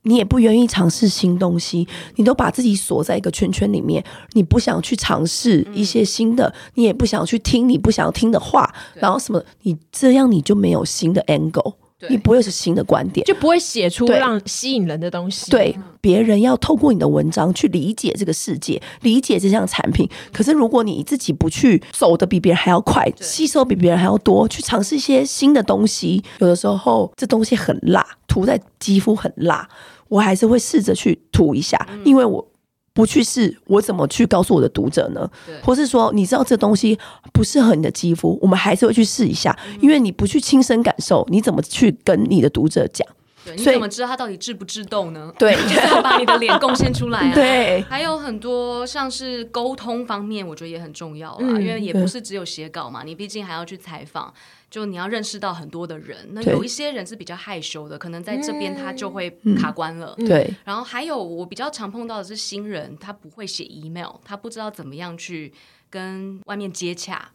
S3: 你也不愿意尝试新东西，你都把自己锁在一个圈圈里面，你不想去尝试一些新的，你也不想去听你不想要听的话，然后什么，你这样你就没有新的 angle，
S4: 对
S3: 你不会有新的观点。
S2: 就不会写出
S3: 对
S2: 让吸引人的东西。，
S3: 对，别人要透过你的文章去理解这个世界，理解这项产品。可是如果你自己不去走的比别人还要快，吸收比别人还要多，去尝试一些新的东西，有的时候这东西很辣，涂在肌肤很辣，我还是会试着去涂一下，因为我。不去试，我怎么去告诉我的读者呢
S4: 对？
S3: 或是说，你知道这东西不适合你的肌肤，我们还是会去试一下，因为你不去亲身感受，你怎么去跟你的读者讲？
S4: 对，你
S3: 所以
S4: 怎么知道它到底治不治痘呢？
S3: 对
S4: (laughs) 就是要把你的脸贡献出来啊。。
S3: (laughs) 对，
S4: 还有很多像是沟通方面，我觉得也很重要啦，啊
S2: 嗯
S4: 因为也不是只有写稿嘛，你毕竟还要去采访，就你要认识到很多的人。那
S3: 对嗯
S4: 有一些人是比较害羞的，可能在这边他就会卡关了。
S3: 对，
S4: 然后还有我比较常碰到的是新人，他不会写 email，他不知道怎么样去跟外面接洽。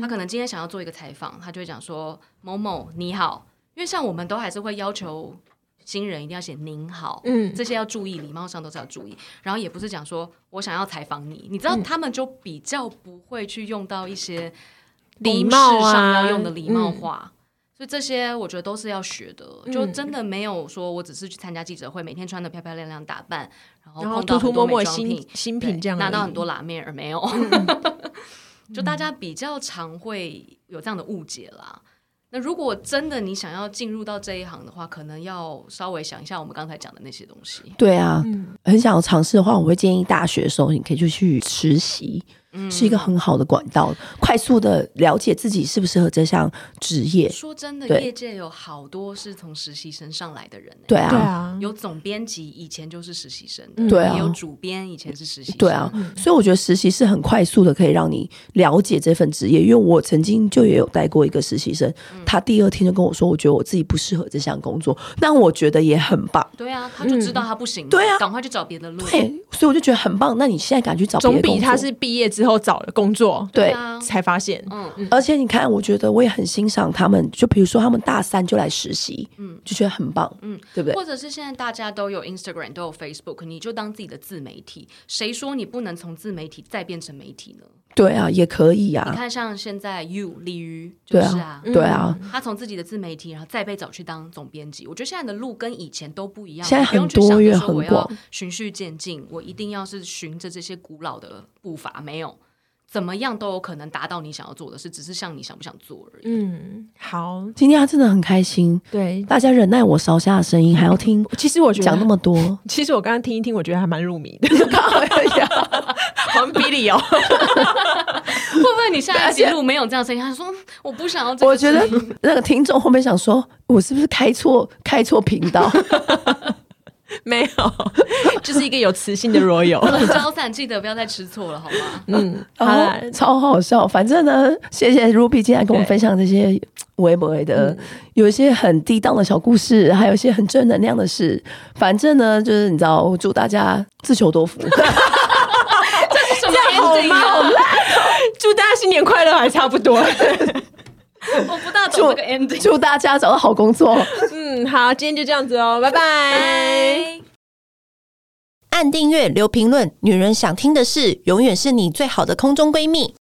S4: 他可能今天想要做一个采访，他就会讲说某某你好，因为像我们都还是会要求。新人一定要写您好，
S2: 嗯
S4: 这些要注意，礼貌上都是要注意。然后也不是讲说我想要采访你，你知道他们就比较不会去用到一些
S2: 礼貌啊嗯
S4: 公事上要用的礼貌话。所以这些我觉得都是要学的，就
S2: 嗯
S4: 真的没有说我只是去参加记者会，每天穿的漂漂亮亮打扮，然后
S2: 然后
S4: 碰到
S2: 涂涂
S4: 很多
S2: 抹抹
S4: 美妆品
S2: 新新
S4: 对
S2: 品这样而已，嗯
S4: 拿到很多拉面而没有， (laughs) 就大家比较常会有这样的误解啦。那如果真的你想要进入到这一行的话，可能要稍微想一下我们刚才讲的那些东西。
S3: 对啊，
S2: 嗯
S3: 很想要尝试的话，我会建议大学的时候你可以就去实习，
S4: 嗯
S3: 是一个很好的管道，快速的了解自己适不适合这项职业。
S4: 说真的，
S3: 对
S4: 业界有好多是从实习生上来的人、欸，
S3: 对啊，
S2: 对啊，
S4: 有总编辑以前就是实习生的，
S2: 嗯
S3: 对啊
S4: 也有主编以前是实习生，
S3: 对啊，所以我觉得实习是很快速的，可以让你了解这份职业。因为我曾经就也有带过一个实习生，
S2: 嗯
S3: 他第二天就跟我说，我觉得我自己不适合这项工作，但我觉得也很棒。
S4: 对啊，他就知道他不行，
S3: 对啊
S4: 赶快去找别的路，
S3: 对，所以我就觉得很棒。那你现在敢去找别
S2: 嗯总
S3: 的
S2: 比
S3: 工
S2: 他
S3: 作？
S2: 是毕业之后找了工作
S3: 对
S4: 啊，
S2: 才发现，
S4: 嗯，
S3: 而且你看，我觉得我也很欣赏他们，就比如说他们大三就来实习，嗯，就觉得很棒，嗯，对不对？
S4: 或者是现在大家都有 Instagram，都有 Facebook，你就当自己的自媒体。谁说你不能从自媒体再变成媒体呢？
S3: 对啊，也可以
S4: 你
S3: 啊，
S4: 看，像现在 You 鲤鱼就
S3: 对
S4: 是
S3: 啊
S4: 啊，，
S3: 对啊，
S4: 他从自己的自媒体，然后再被找去当总编辑。我觉得现在的路跟以前都不一样，
S3: 现在
S4: 你不用
S3: 很
S4: 去想
S3: 多
S4: 着
S3: 元
S4: 说
S3: 很
S4: 我要
S3: 广
S4: 循序渐进，我一定要是循着这些古老的步伐，没有怎么样都有可能达到你想要做的事，只是像你想不想做而已。
S2: 嗯，好，
S3: 今天他真的很开心，
S2: 对。
S3: 大家忍耐我烧虾的声音，还要听
S2: 其实我觉得，
S3: 讲那么多
S2: 其实我刚刚听一听，我觉得还蛮入迷 (laughs) 的，好像比利哦。
S4: 会不会你下一集
S3: 而且
S4: 路没有这样的声音？他说嗯我不想要这个
S3: 我觉得
S4: 声
S3: (laughs)
S4: 音 (laughs)
S3: 那个听众后面想说，我是不是开错开错频道？
S2: (laughs) 没有，就是一个有磁性的 (laughs) royal。
S4: 招散记得不要再吃错了，好吗？
S2: 嗯，好
S3: 然
S2: 啦
S3: 后超好笑。反正呢，谢谢 Ruby 今天来跟我们
S2: 对
S3: 分享这些微博
S1: 嗯
S3: 的，有一些很低档的小故事，还有一些很正能量的事。反正呢，就是你知道，祝大家自求
S1: (laughs)
S3: 多福。
S4: 什么 ending 啊？
S2: (laughs) 祝大家新年快乐，还差不 (laughs) 多。
S4: 我不大懂
S3: 祝
S4: 这个 ending。
S3: 祝大家找到好工作。
S2: 嗯，好，今天就这样子哦，拜拜。
S3: 哎
S4: 拜
S1: 按订阅，留评论，女人想听的事，永远是你最好的空中闺蜜。